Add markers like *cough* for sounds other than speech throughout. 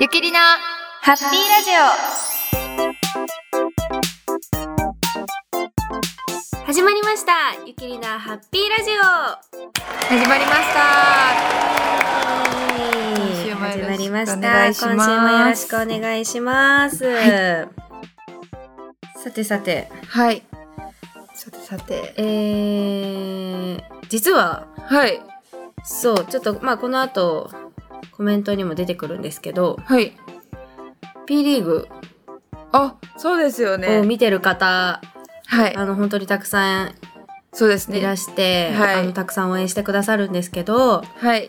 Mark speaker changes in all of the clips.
Speaker 1: ゆきりなハッピーラジ
Speaker 2: オ始まりましたゆきりなハッピーラジ
Speaker 1: オ始まりました
Speaker 2: 今週もよろしくお願いします今週もよろしくお願いします、はい、さてさて
Speaker 1: はいさてさて
Speaker 2: えー、実は
Speaker 1: はい
Speaker 2: そうちょっとまあこの後コメントにも出てくるんですけど、
Speaker 1: はい。
Speaker 2: P リーグ。
Speaker 1: あ、そうですよね。
Speaker 2: を見てる方、
Speaker 1: はい。
Speaker 2: あの、本当にたくさん、
Speaker 1: そうですね。
Speaker 2: いらして、はい、あの、たくさん応援してくださるんですけど、
Speaker 1: はい。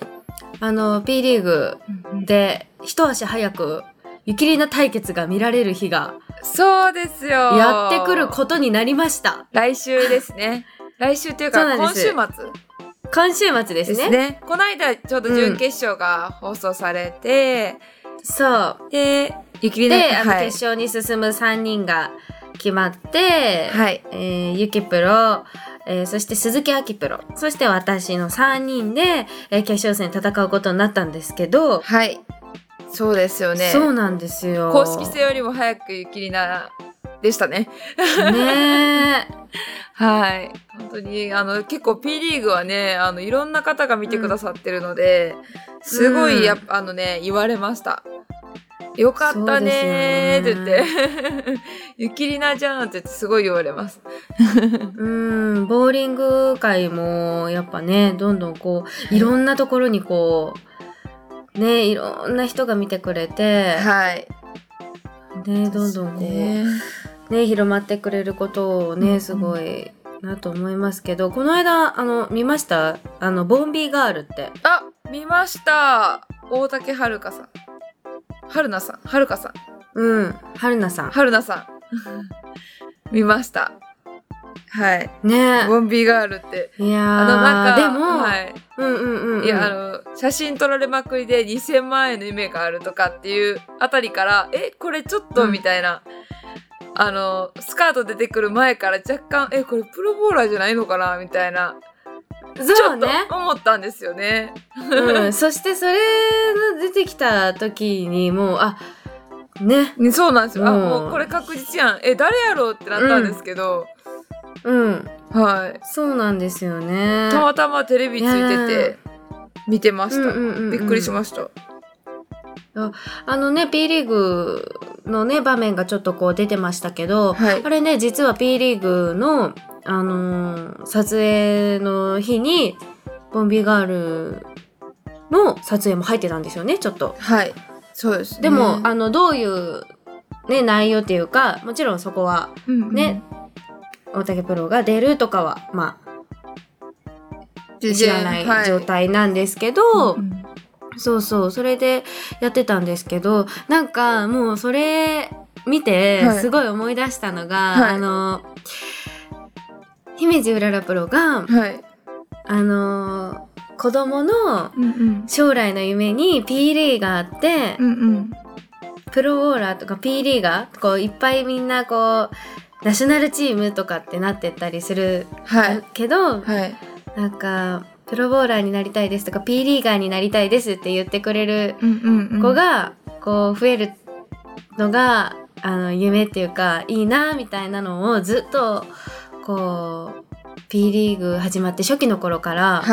Speaker 2: あの、P リーグで、一足早く、ゆきりな対決が見られる日が、
Speaker 1: そうですよ。
Speaker 2: やってくることになりました。
Speaker 1: 来週です
Speaker 2: *laughs*
Speaker 1: ね。来週というか、今週末
Speaker 2: 今週末ですね。ですね
Speaker 1: この間ちょうど準決勝が放送されて、。
Speaker 2: うん、そう
Speaker 1: で、
Speaker 2: ゆきりで、はい、あの決勝に進む3人が決まって、
Speaker 1: はい。
Speaker 2: えー、ゆきプロ、えー、そして鈴木あきプロ、そして私の3人で、えー、決勝戦戦うことになったんですけど、
Speaker 1: はい。そうですよね。
Speaker 2: そうなんですよ。
Speaker 1: 公式戦よりも早くゆきりなでしたね。
Speaker 2: ね
Speaker 1: はい。本当に、あの、結構 P リーグはね、あの、いろんな方が見てくださってるので、うん、すごい、やあのね、言われました。よかったねって言って、 *laughs* ゆきりなじゃんって言ってすごい言われます。
Speaker 2: うん、ボーリング界も、やっぱね、どんどんこう、いろんなところにこう、ね、いろんな人が見てくれて、
Speaker 1: はい。
Speaker 2: ね、どんどんこう、ね、ね、広まってくれることをね、すごい、なと思いますけど、この間、あの、見ましたあの、ボンビーガールって。
Speaker 1: あ、見ました大竹はるかさん。はるなさん。はるかさん。
Speaker 2: うん。はるなさん。
Speaker 1: はるなさん。 *laughs* 見ました。はい。
Speaker 2: ね
Speaker 1: ボンビーガールって。
Speaker 2: いや
Speaker 1: あの、なん
Speaker 2: か、でも、
Speaker 1: はい。
Speaker 2: うんうんうん、
Speaker 1: いや、あの、写真撮られまくりで2000万円の夢があるとかっていうあたりから、え、これちょっと、みたいな。あの、スカート出てくる前から若干、え、これプロボーラーじゃないのかなみたいな。
Speaker 2: そうね。
Speaker 1: 思ったんですよね。
Speaker 2: うん。そしてそれの出てきた時にもう、あ、ね。
Speaker 1: ねそうなんですよ。あ、もうこれ確実やん。え、誰やろうってなったんですけど。
Speaker 2: うん。
Speaker 1: うん、はい。
Speaker 2: そうなんですよね。
Speaker 1: たまたまテレビついてて、見てました。びっくりしました。
Speaker 2: ああのね、P リーグのね、場面がちょっとこう出てましたけど、はい、あれね、実は P リーグの、あのー、撮影の日に、ボンビーガールの撮影も入ってたんですよね、ちょっと。
Speaker 1: はい。そうです、ね、
Speaker 2: でも、あの、どういう、ね、内容っていうか、もちろんそこはね、ね、うんうん、大竹プロが出るとかは、まあ、知らない状態なんですけど、はいうんうんそうそう、それでやってたんですけど、なんかもうそれ見て、すごい思い出したのが、はい、あの、姫路うららプロが、
Speaker 1: はい、
Speaker 2: あの、子供の将来の夢に P リーガーって、
Speaker 1: うんうん、
Speaker 2: プロボーラーとか P リーガー、こういっぱいみんなこう、ナショナルチームとかってなってったりする、
Speaker 1: はい、
Speaker 2: けど、
Speaker 1: はい、
Speaker 2: なんか、プロボーラーになりたいですとか P リーガーになりたいですって言ってくれる子がこう増えるのがあの夢っていうかいいなみたいなのをずっとこう P リーグ始まって初期の頃から、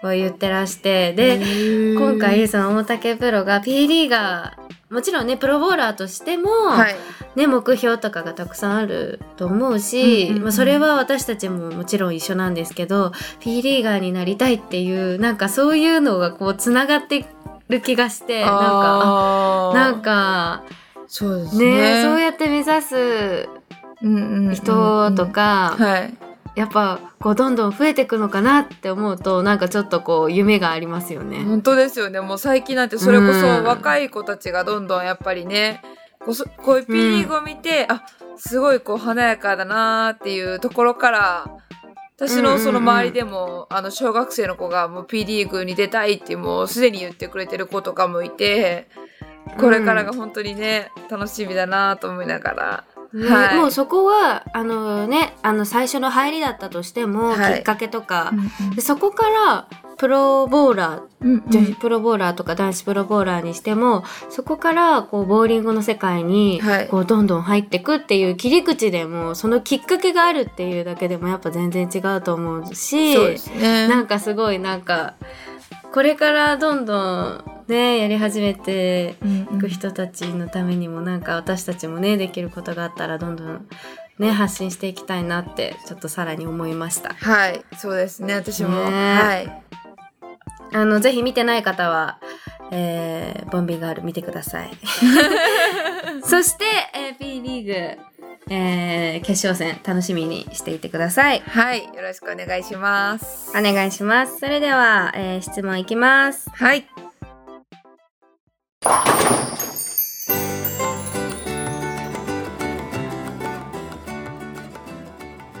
Speaker 2: こう言ってらして、はい、で今回その大竹プロが P リーガーもちろんねプロボーラーとしても、
Speaker 1: はい、
Speaker 2: ね、目標とかがたくさんあると思うし、まあ、それは私たちももちろん一緒なんですけど P リーガーになりたいっていうなんかそういうのがこうつながってる気がしてなんかなんか
Speaker 1: そうですね、
Speaker 2: ね、そうやって目指す人とか、
Speaker 1: はい、
Speaker 2: やっぱこうどんどん増えていくのかなって思うとなんかちょっとこう夢がありますよね。
Speaker 1: 本当ですよねもう最近なんてそれこそ若い子たちがどんどんやっぱりね、こうこういう P リーグを見て、うん、あすごいこう華やかだなーっていうところから私のその周りでも、あの小学生の子がもう P リーグに出たいってもうすでに言ってくれてる子とかもいてこれからが本当にね、うん、楽しみだなと思いながら。
Speaker 2: ね、はい、もうそこはあのねあの最初の入りだったとしても、はい、きっかけとか、うんうん、でそこからプロボーラー、
Speaker 1: うんうん
Speaker 2: 女子プロボーラーとか男子プロボーラーにしても、そこからこうボーリングの世界に
Speaker 1: はい
Speaker 2: こうどんどん入ってくっていう切り口でもそのきっかけがあるっていうだけでもやっぱ全然違うと思うし
Speaker 1: そうですね。
Speaker 2: なんかすごいなんかこれからどんどんねやり始めて
Speaker 1: うんう
Speaker 2: い
Speaker 1: ん
Speaker 2: く人たちのためにもなんか私たちもねできることがあったらどんどんね発信していきたいなってちょっとさらに思いました。
Speaker 1: はい、そうですね。私も、
Speaker 2: ね
Speaker 1: はい、
Speaker 2: あの、ぜひ見てない方は、えー、ボンビーガール見てください。そして、えー、B リーグ、えー、決勝戦楽しみにしていてください。
Speaker 1: はい、よろしくお願いします。
Speaker 2: お願いします。それでは、えー、質問いきます。
Speaker 1: はい、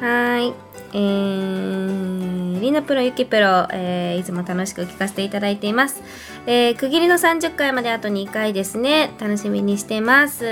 Speaker 2: はーい。えー、りなプロ、ゆきプロ、えー、いつも楽しく聞かせていただいています。えー、区切りの30回まであと2回ですね。楽しみにしています。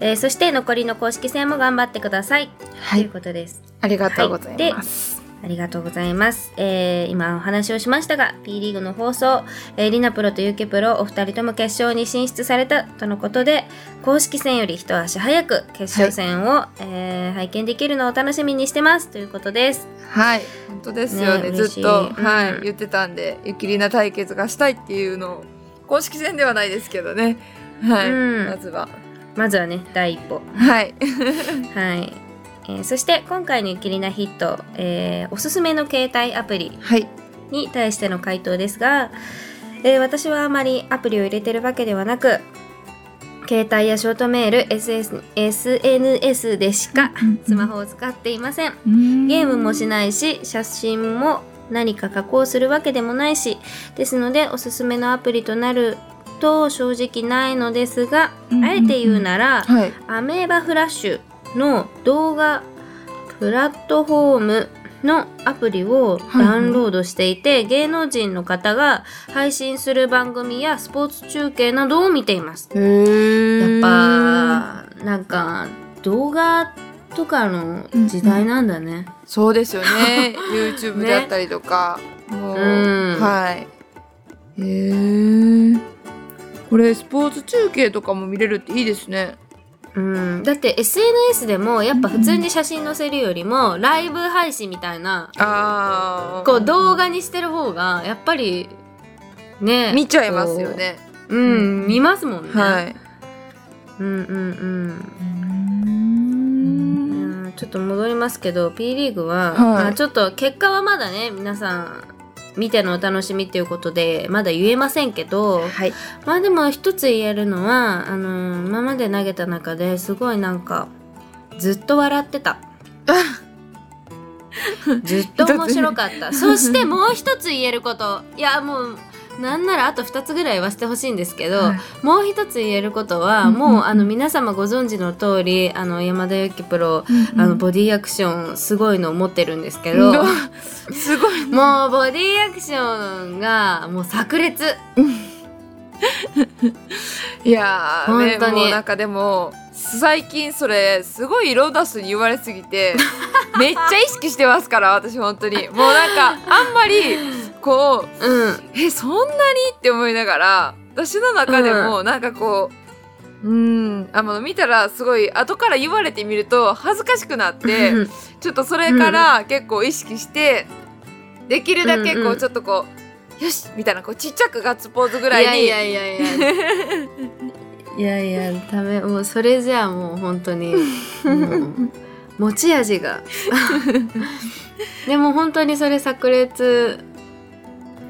Speaker 2: えー、そして残りの公式戦も頑張ってください。
Speaker 1: は
Speaker 2: という、ことです。
Speaker 1: ありがとうございます。
Speaker 2: ありがとうございます。えー今お話をしましたが、P リーグの放送、えーリナプロとユケプロ、お二人とも決勝に進出されたとのことで、公式戦より一足早く決勝戦を、えー拝見できるのを楽しみにしてますということです。
Speaker 1: はい、本当ですよね。
Speaker 2: ね
Speaker 1: ずっと、
Speaker 2: 嬉しい
Speaker 1: は
Speaker 2: う
Speaker 1: い、
Speaker 2: ん
Speaker 1: 言ってたんで、ゆきりな対決がしたいっていうのを。公式戦ではないですけどね。はい、
Speaker 2: うん
Speaker 1: まずは。
Speaker 2: まずはね、第一歩。
Speaker 1: はい、
Speaker 2: はい。えーそして今回のゆきりなヒット、えーおすすめの携帯アプリ
Speaker 1: *laughs* はい、
Speaker 2: に対しての回答ですが、えー私はあまりアプリを入れてるわけではなく携帯やショートメール SS SNS でしかスマホを使っていませんゲームもしないし写真も何か加工するわけでもないしですのでおすすめのアプリとなると正直ないのですが
Speaker 1: うん
Speaker 2: あえて言うなら
Speaker 1: はい、
Speaker 2: アメーバフラッシュの動画プラットフォームのアプリを
Speaker 1: はい
Speaker 2: ダウンロードしていて、芸能人の方が配信する番組やスポーツ中継などを見ています。
Speaker 1: へー
Speaker 2: やっぱなんか動画とかの時代なんだね。
Speaker 1: そうです
Speaker 2: *laughs*
Speaker 1: よね YouTube
Speaker 2: ね
Speaker 1: であったりとか、もう、
Speaker 2: うん
Speaker 1: はいへえこれスポーツ中継とかも見れるっていいですね
Speaker 2: うんだって SNS でもやっぱ普通に写真載せるよりもライブ配信みたいな
Speaker 1: ああ
Speaker 2: こう動画にしてる方がやっぱりね
Speaker 1: 見ちゃいますよね
Speaker 2: う
Speaker 1: うん
Speaker 2: ん、見ますもんね。
Speaker 1: はい
Speaker 2: うんうんうん。うんちょっと戻りますけど、P リーグは、
Speaker 1: はい
Speaker 2: まあちょっと結果はまだね、皆さん見てのお楽しみっていうことで、まだ言えませんけど、
Speaker 1: はい
Speaker 2: まあでも一つ言えるのは、あのー今まで投げた中ですごいなんか、ずっと笑っ
Speaker 1: *laughs*
Speaker 2: てた。ずっと面白かった。そしてもう一つ言えること。いや、もう、なんならあと二つぐらい言わせてほしいんですけど、
Speaker 1: はい
Speaker 2: もう一つ言えること
Speaker 1: う
Speaker 2: は、
Speaker 1: んうん
Speaker 2: もうあの皆様ご存知の通りあの山田由紀プロ、あのボディアクションすごいのを持ってるんですけど、
Speaker 1: どう *laughs* すごい
Speaker 2: もうボディアクションがもう炸裂
Speaker 1: いやーね
Speaker 2: 本当に
Speaker 1: もうなんかでも最近それすごい色出すに言われすぎ
Speaker 2: *laughs*
Speaker 1: てめっちゃ意識してますから私本当にもうなんかあんまりこう
Speaker 2: うん
Speaker 1: えそんなにって思いながら私の中でもなんかこううんあの見たらすごい後から言われてみると恥ずかしくなって
Speaker 2: うん
Speaker 1: ちょっとそれから結構意識してできるだけ
Speaker 2: うん
Speaker 1: こ
Speaker 2: う
Speaker 1: うんちょっとこうよしみたいなこうちっちゃくガッツポーズぐらいに
Speaker 2: いやいやいやいや *laughs* いやいやダメもうそれじゃあもう本当 *laughs* にもう持ち味がでも本当にそれ炸裂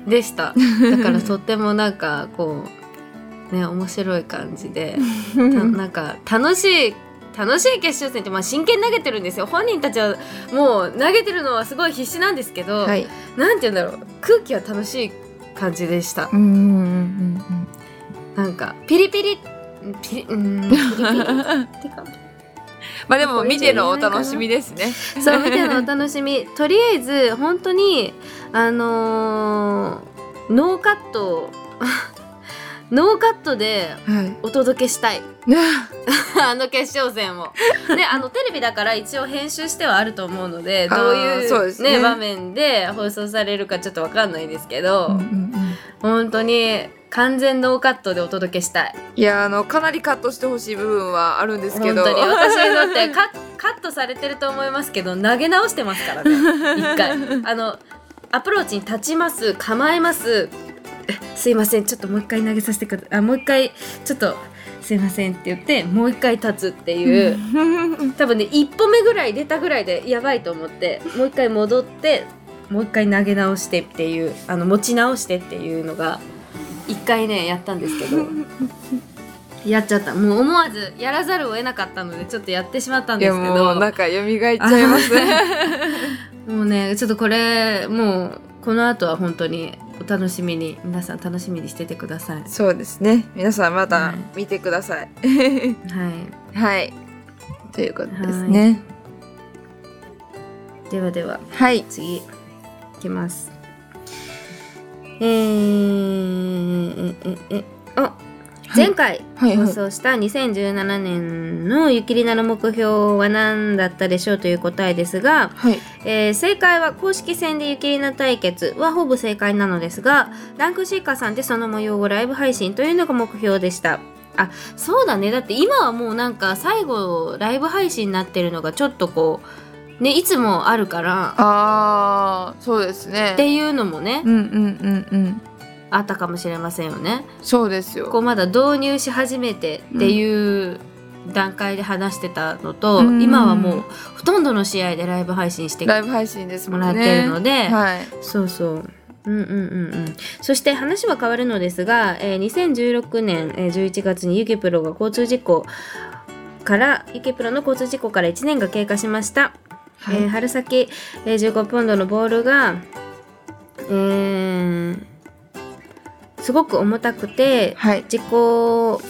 Speaker 2: でしただからとってもなんかこうね面白い感じ *laughs* でたなんか楽しい楽しい決勝戦ってまあ真剣に投げてるんですよ本人たちはもう投げてるのはすごい必死なんですけど、
Speaker 1: はい
Speaker 2: なんて言うんだろう空気は楽しい感じでした
Speaker 1: うんうんうん
Speaker 2: なんかピリピリピリうーんピリピリ
Speaker 1: *laughs*
Speaker 2: ってか
Speaker 1: まあでも見てのお楽しみですね。 *laughs*
Speaker 2: そう見てのお楽しみとりあえず本当にあのーノーカット *laughs* ノーカットで
Speaker 1: はい。
Speaker 2: お届けしたい *laughs*
Speaker 1: ね
Speaker 2: あの決勝戦をねあのテレビだから一応編集してはあると思うので
Speaker 1: *laughs* あー
Speaker 2: どういう
Speaker 1: そうですね
Speaker 2: ね場面で放送されるかちょっとわかんないですけど、
Speaker 1: うんうんうん
Speaker 2: 本当に完全ノーカットでお届けしたい
Speaker 1: いやあのかなりカットしてほしい部分はあるんですけ
Speaker 2: 本
Speaker 1: ど
Speaker 2: 当に私にとってカカットされてると思いますけど投げ直してますからね一
Speaker 1: *laughs*
Speaker 2: 回あのアプローチに立ちます構えますえすいませんちょっともう一回投げさせてくだあもう一回ちょっとすいませんって言ってもう一回立つっていう、多分ね一歩目ぐらい出たぐらいでやばいと思ってもう一回戻ってもう一回投げ直してっていうあの持ち直してっていうのが一回ねやったんですけどやっちゃったもう思わずやらざるを得なかったのでちょっとやってしまったん
Speaker 1: い
Speaker 2: で
Speaker 1: や
Speaker 2: すけど
Speaker 1: もうなんか蘇っちゃいますね。
Speaker 2: もうねちょっとこれもうこの後は本当にお楽しみに皆さん楽しみにしててください。
Speaker 1: *laughs* そうですね皆さんまた
Speaker 2: はい
Speaker 1: 見てください。
Speaker 2: はい、
Speaker 1: はいということですね。
Speaker 2: ではでは
Speaker 1: はい
Speaker 2: 次いきますえー、えええあ前回
Speaker 1: はいは
Speaker 2: *laughs* 放
Speaker 1: い
Speaker 2: 送した2017年の「ゆきりなの目標は何だったでしょう?」という答えですが、
Speaker 1: はい
Speaker 2: えー正解は公式戦でゆきりな対決はほぼ正解なのですがランクシーカーさんでその模様をライブ配信というのが目標でしたあそうだねだって今はもうなんか最後ライブ配信になってるのがちょっとこうねいつもあるから
Speaker 1: あーそうです
Speaker 2: っ
Speaker 1: ね。
Speaker 2: ていうのもね、
Speaker 1: うんうんうんうん
Speaker 2: あったかもしれませんよね。
Speaker 1: そうですよ。
Speaker 2: こうまだ導入し始めてっていう段階で話してたのと、
Speaker 1: うん
Speaker 2: 今はもうほとんどの試合でライブ配信して
Speaker 1: ライブ配信ですも
Speaker 2: も
Speaker 1: ん
Speaker 2: ら
Speaker 1: ね。
Speaker 2: ってるので、
Speaker 1: はい
Speaker 2: そうそう。うんうんうんうん、そして話は変わるのですが、えー2016年えー11月にユキプロが交通事故からユキプロの交通事故から1年が経過しました、
Speaker 1: はい
Speaker 2: えー春先、えー15ポンドのボールが、えーすごく重たくて
Speaker 1: はい
Speaker 2: 事故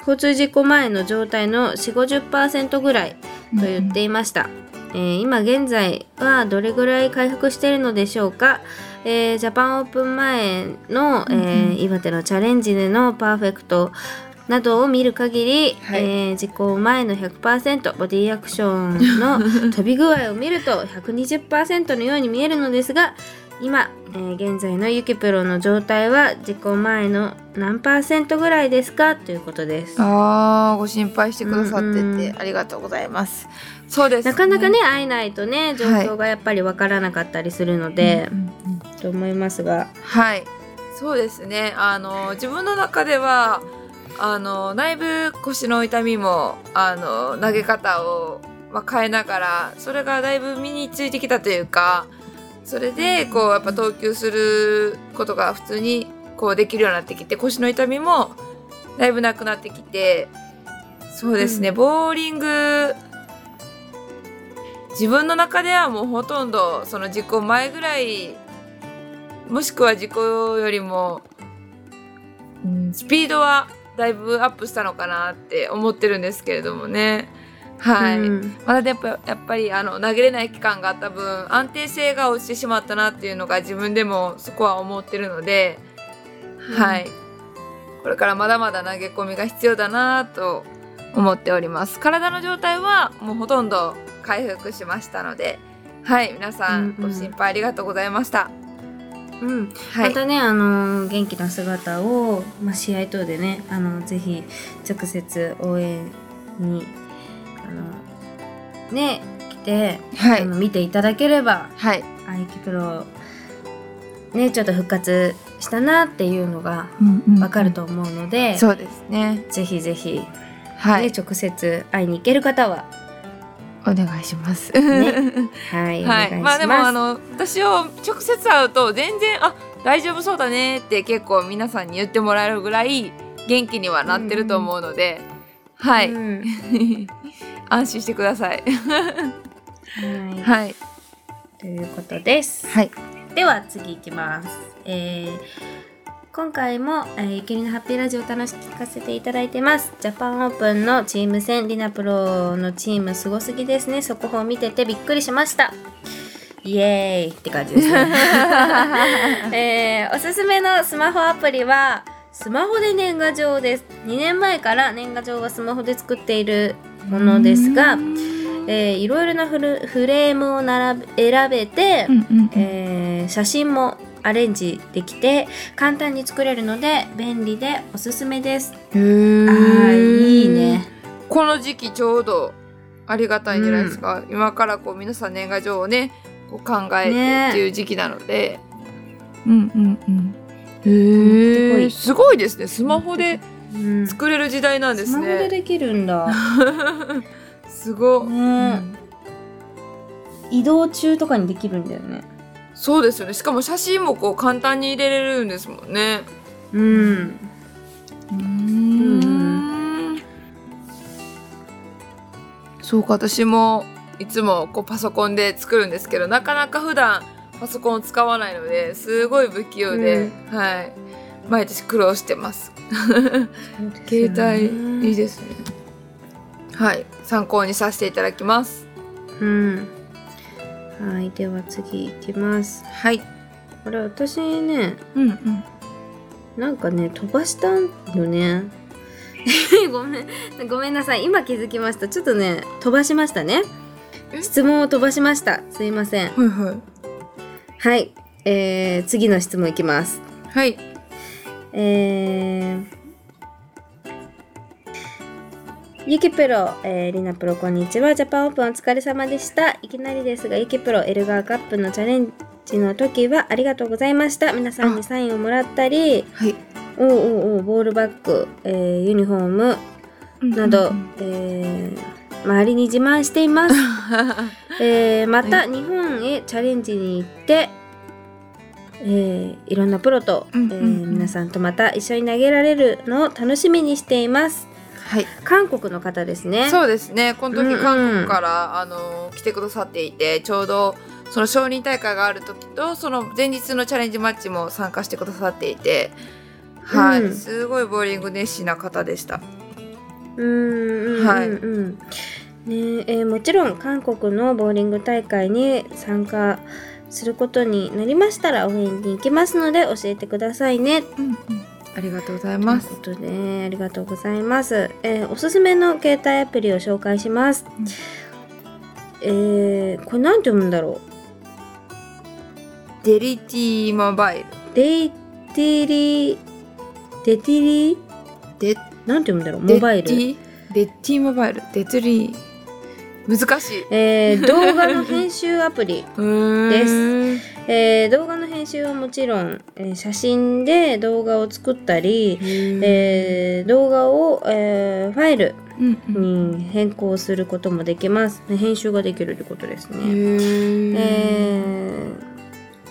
Speaker 2: 交通事故前の状態の450%ぐらいと言っていました、えー今現在はどれぐらい回復しているのでしょうか、えージャパンオープン前の、えー
Speaker 1: うんう
Speaker 2: 岩手のチャレンジでのパーフェクトなどを見る限り、
Speaker 1: はい
Speaker 2: えー事故前の100%ボディアクションの
Speaker 1: *laughs*
Speaker 2: 飛び具合を見ると120%のように見えるのですが今、えー現在のユキプロの状態は事故前の何パーセントぐらいですかということです。
Speaker 1: ああご心配してくださって
Speaker 2: うんう
Speaker 1: て
Speaker 2: ん
Speaker 1: ありがとうございます。そうです、
Speaker 2: なかなかね会えないとね状況がやっぱりわからなかったりするので、
Speaker 1: うんうんうん
Speaker 2: と思いますが
Speaker 1: はい、そうですね。あの自分の中ではあの内部腰の痛みもあの投げ方をまあ変えながら、それがだいぶ身についてきたというか、それでこうやっぱ投球することが普通にこうできるようになってきて、腰の痛みもだいぶなくなってきて、そうですね。
Speaker 2: うん
Speaker 1: ボーリング自分の中ではもうほとんどその自己前ぐらいもしくは自己よりも、うん、スピードはだいぶアップしたのかなって思ってるんですけれどもね。はい、
Speaker 2: うん
Speaker 1: まだでやっぱやっぱりあの投げれない期間があった分安定性が落ちてしまったなっていうのが自分でもそこは思ってるので、はいこれからまだまだ投げ込みが必要だなと思っております体の状態はもうほとんど回復しましたのではい皆さん
Speaker 2: うんう
Speaker 1: ご
Speaker 2: ん
Speaker 1: 心配ありがとうございました、
Speaker 2: うん
Speaker 1: は
Speaker 2: ま
Speaker 1: い、
Speaker 2: たねあのー元気な姿を、まあ、試合等でねあのぜひ直接応援にあのね来て、
Speaker 1: は
Speaker 2: あ
Speaker 1: い
Speaker 2: の見ていただければ
Speaker 1: はい
Speaker 2: あゆきプロねちょっと復活したなっていうのがわかると思うので、
Speaker 1: そうですね
Speaker 2: ぜひぜひ
Speaker 1: はい、
Speaker 2: で直接会いに行ける方は、
Speaker 1: お願いします、
Speaker 2: *laughs* ねは
Speaker 1: はい
Speaker 2: い、お願いし
Speaker 1: ま
Speaker 2: ま
Speaker 1: あ
Speaker 2: す。
Speaker 1: でもあの私を直接会うと全然あ大丈夫そうだねって結構皆さんに言ってもらえるぐらい元気にはなってると思うので、はい、
Speaker 2: うん
Speaker 1: *laughs* 安心してください
Speaker 2: はい
Speaker 1: はい
Speaker 2: ということです。
Speaker 1: はい
Speaker 2: では次いきます。えー今回も、えー、ゆきりのハッピーラジオを楽しく聞かせていただいてます。ジャパンオープンのチーム戦、リナプロのチームすごすぎですね。速報見ててびっくりしました。イ
Speaker 1: *laughs*
Speaker 2: エ *laughs* ーイって感じですね。えーおすすめのスマホアプリはスマホで年賀状です2年前から年賀状はスマホで作っているものですが、えーいろいろなフルフレームを並べ選べて、えー写真もアレンジできて簡単に作れるので便利でおすすめです。あーいいね。
Speaker 1: この時期ちょうどありがたいんじゃないですか、今からこう皆さん年賀状をねこう考えて
Speaker 2: ね
Speaker 1: っていう時期なので、うんうんうん
Speaker 2: すご
Speaker 1: へえ
Speaker 2: い
Speaker 1: すごいですねスマホで
Speaker 2: うん
Speaker 1: 作れる時代なんで
Speaker 2: ス
Speaker 1: す
Speaker 2: マホで
Speaker 1: ね
Speaker 2: できるんだ。
Speaker 1: *laughs* すごっ、
Speaker 2: ね
Speaker 1: うん
Speaker 2: 移動中とかにできるんだよね。
Speaker 1: そうですよねしかも写真もこう簡単に入れれるんですもんね
Speaker 2: うん。
Speaker 1: うんそうか私もいつもこうパソコンで作るんですけどなかなか普段パソコンを使わないのですごい不器用で、はい毎年苦労してます携帯いい
Speaker 2: で
Speaker 1: ですねはい参考にさせていただきます
Speaker 2: す。うん。はい、では次いきます。
Speaker 1: はい
Speaker 2: これ私ね、
Speaker 1: うんうん
Speaker 2: なんかね、飛ばしたんよね。 *laughs* ごめん、ごめんなさい。今気づきました。ちょっとね、飛ばしましたね。
Speaker 1: え
Speaker 2: 質問を飛ばしました。すいません。
Speaker 1: はいはい
Speaker 2: はい。えー、次の質問いきます。
Speaker 1: はい
Speaker 2: えー、ゆきプロ、えー、りなプロこんにちはジャパンオープンお疲れ様でしたいきなりですがゆきプロエルガーカップのチャレンジの時はありがとうございました皆さんにサインをもらったり
Speaker 1: はい
Speaker 2: おうおうおうボールバッグ、えーユニフォームなど、
Speaker 1: *laughs*
Speaker 2: えー周りに自慢していますえーまた日本へチャレンジに行って、えーいろんなプロと、
Speaker 1: うんうんうん
Speaker 2: えー皆さんとまた一緒に投げられるのを楽しみにしています
Speaker 1: はい
Speaker 2: 韓国の方ですね
Speaker 1: そうですねこの
Speaker 2: うんう
Speaker 1: 時
Speaker 2: ん
Speaker 1: 韓国から、あの来てくださっていてちょうどその承認大会がある時とその前日のチャレンジマッチも参加してくださっていてはい、
Speaker 2: うん
Speaker 1: すごいボーリング熱心な方でした
Speaker 2: うんうんうんうん、
Speaker 1: はい
Speaker 2: ねえーもちろん韓国のボーリング大会に参加することになりましたら応援に行きますので教えてくださいね
Speaker 1: ありがとうござい
Speaker 2: とい
Speaker 1: ま
Speaker 2: う
Speaker 1: す
Speaker 2: ことでありがとうございます、えーおすすめの携帯アプリを紹介します、
Speaker 1: うん
Speaker 2: えーこれなんて読むんだろ
Speaker 1: デリティモバイル
Speaker 2: うデイティリデティリ
Speaker 1: デ
Speaker 2: なんて読むんだろうモバイ
Speaker 1: デ
Speaker 2: ル
Speaker 1: ッティデッティモバイルデトリー難しい
Speaker 2: えー動画の編集アプリ、 *laughs*
Speaker 1: で
Speaker 2: えー動画の編集はもちろん、えー写真で動画を作ったり、えー動画を、えーファイル
Speaker 1: うんうん
Speaker 2: に変更することもできます編集ができるということですね、
Speaker 1: へー
Speaker 2: えー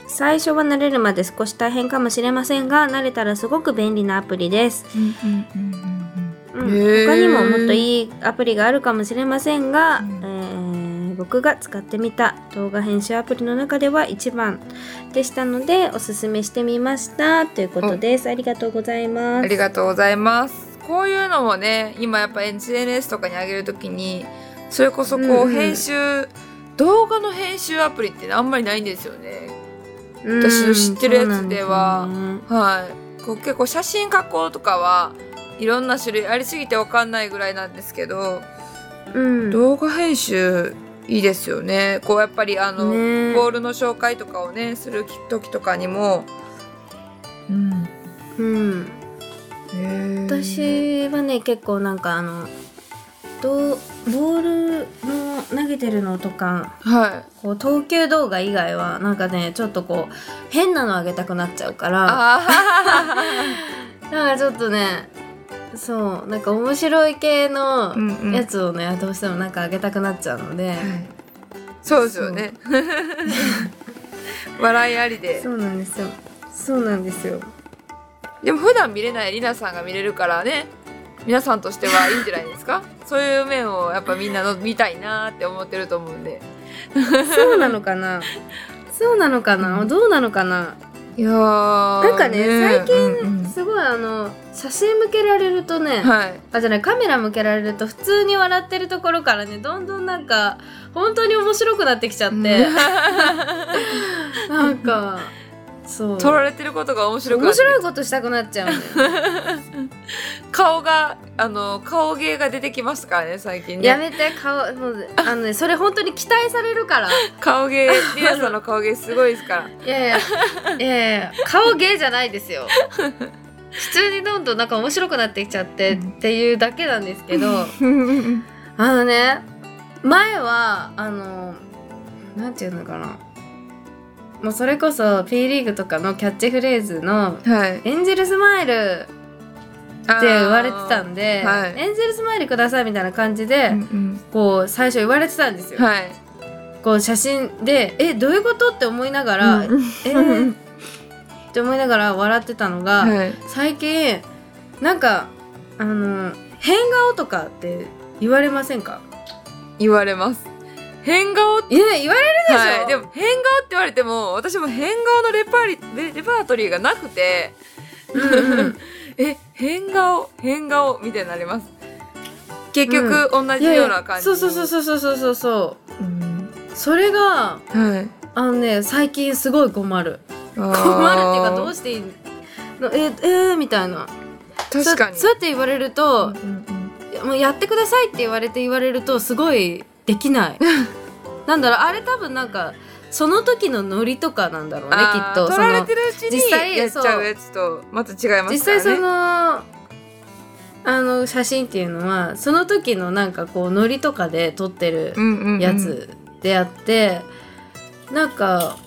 Speaker 2: 最初は慣れるまで少し大変かもしれませんが慣れたらすごく便利なアプリです、
Speaker 1: うんうんうんうんうん
Speaker 2: うん
Speaker 1: へー
Speaker 2: 他にももっといいアプリがあるかもしれませんが、
Speaker 1: うん
Speaker 2: えー僕が使ってみた動画編集アプリの中では一番でしたのでおすすめしてみましたということですありがとうございま
Speaker 1: あ
Speaker 2: す
Speaker 1: りがとうございます。こういうのもね、今やっぱ SNS とかに上げるときに、それこそこう、
Speaker 2: うんうん
Speaker 1: 編集、動画の編集アプリってあんまりないんですよね。
Speaker 2: うん
Speaker 1: 私の知ってるやつでは
Speaker 2: そうなんで
Speaker 1: はい。こう結構写真加工とかはいろんな種類ありすぎてわかんないぐらいなんですけど、
Speaker 2: すよねうん
Speaker 1: 動画編集いいですよね。こうやっぱりあの、
Speaker 2: ね
Speaker 1: ボールの紹介とかをね、する時とかにも。うん。
Speaker 2: うん
Speaker 1: へー、
Speaker 2: 私はね結構なんかあのどうボールの投げてるのとか
Speaker 1: はい。
Speaker 2: こう投球動画以外はなんかねちょっとこう変なのあげたくなっちゃうから
Speaker 1: あ
Speaker 2: なんかちょっとねそうなんか面白い系
Speaker 1: あ。
Speaker 2: の
Speaker 1: うんうん
Speaker 2: やつをね、どうしてもなんかあげたくなっちゃうので、
Speaker 1: そうですよね。笑いありで
Speaker 2: そ。うなんですよそうなんです
Speaker 1: *laughs*
Speaker 2: よ
Speaker 1: でも普段見れないりなさんが見れるからね。皆さんとしてはいいんじゃないですか。そういう面をやっぱみんなの見たいなーって思ってると思うんで。
Speaker 2: そうなのかなそうなのかなどうなのかない
Speaker 1: やー
Speaker 2: なんかね最近、
Speaker 1: うんうん
Speaker 2: すごいあの写真向けられるとね、
Speaker 1: はい。
Speaker 2: あじゃないカメラ向けられると普通に笑ってるところからねどんどんなんか *laughs* 本当に面白くなってきちゃって、なんかそう
Speaker 1: 取られてることが面白くな
Speaker 2: 面
Speaker 1: って
Speaker 2: 白いことしたくなっちゃうんだよ
Speaker 1: 顔があの顔芸が出てきますからね最近ね
Speaker 2: やめて顔もうあのねそれ本当に期待されるからい
Speaker 1: 顔芸リナさんの顔芸すごいですから
Speaker 2: *laughs* やいやいやいや顔芸じゃないですよ普通にどんどんなんか面白くなってきちゃってっていうだけなんですけどあのね前はあのなんていうのかなもうそれこそ P リーグとかのキャッチフレーズの
Speaker 1: はい
Speaker 2: 「エンジェルスマイル」って言われてたんで「
Speaker 1: あーはい
Speaker 2: エンジェルスマイルください」みたいな感じで、
Speaker 1: うん
Speaker 2: こう最初言われてたんで
Speaker 1: う
Speaker 2: すよ
Speaker 1: ん。はい
Speaker 2: こう写真で「えどういうこと?」って思いながら「
Speaker 1: うん
Speaker 2: えー、って思いながら笑ってたのが、
Speaker 1: はい
Speaker 2: 最近なんかあの変顔とかって言われませんか
Speaker 1: 言われます変顔って
Speaker 2: いや言われるでしょ、
Speaker 1: はい、でも変顔って言われても私も変顔のレパリレレパートリーがなくて
Speaker 2: うんうん
Speaker 1: え変顔変顔みたいになります結局、同
Speaker 2: い
Speaker 1: じ
Speaker 2: やい
Speaker 1: よう
Speaker 2: や
Speaker 1: な感じ
Speaker 2: そうそうそう
Speaker 1: う、
Speaker 2: そうそうそうそ
Speaker 1: うん、
Speaker 2: うそれが
Speaker 1: はい
Speaker 2: あのね最近すごい困る
Speaker 1: 困
Speaker 2: 困るっていうかどうしていいのええー、みたいな
Speaker 1: 確かに
Speaker 2: そうそうやって言われると、やもうやってくださいって言われて言われるとすごいできない
Speaker 1: *laughs*
Speaker 2: なんだろうあれ多分なんかその時のノリとかなんだろうねき
Speaker 1: あー
Speaker 2: っと
Speaker 1: 取
Speaker 2: そ
Speaker 1: られ
Speaker 2: の
Speaker 1: てるうち
Speaker 2: 実際
Speaker 1: にやっちゃうやつとまた違いま
Speaker 2: 実
Speaker 1: すからね
Speaker 2: 際そのあの写真っていうのはその時のなんかこうノリとかで撮ってる
Speaker 1: うんうんうん
Speaker 2: やつであって、なんか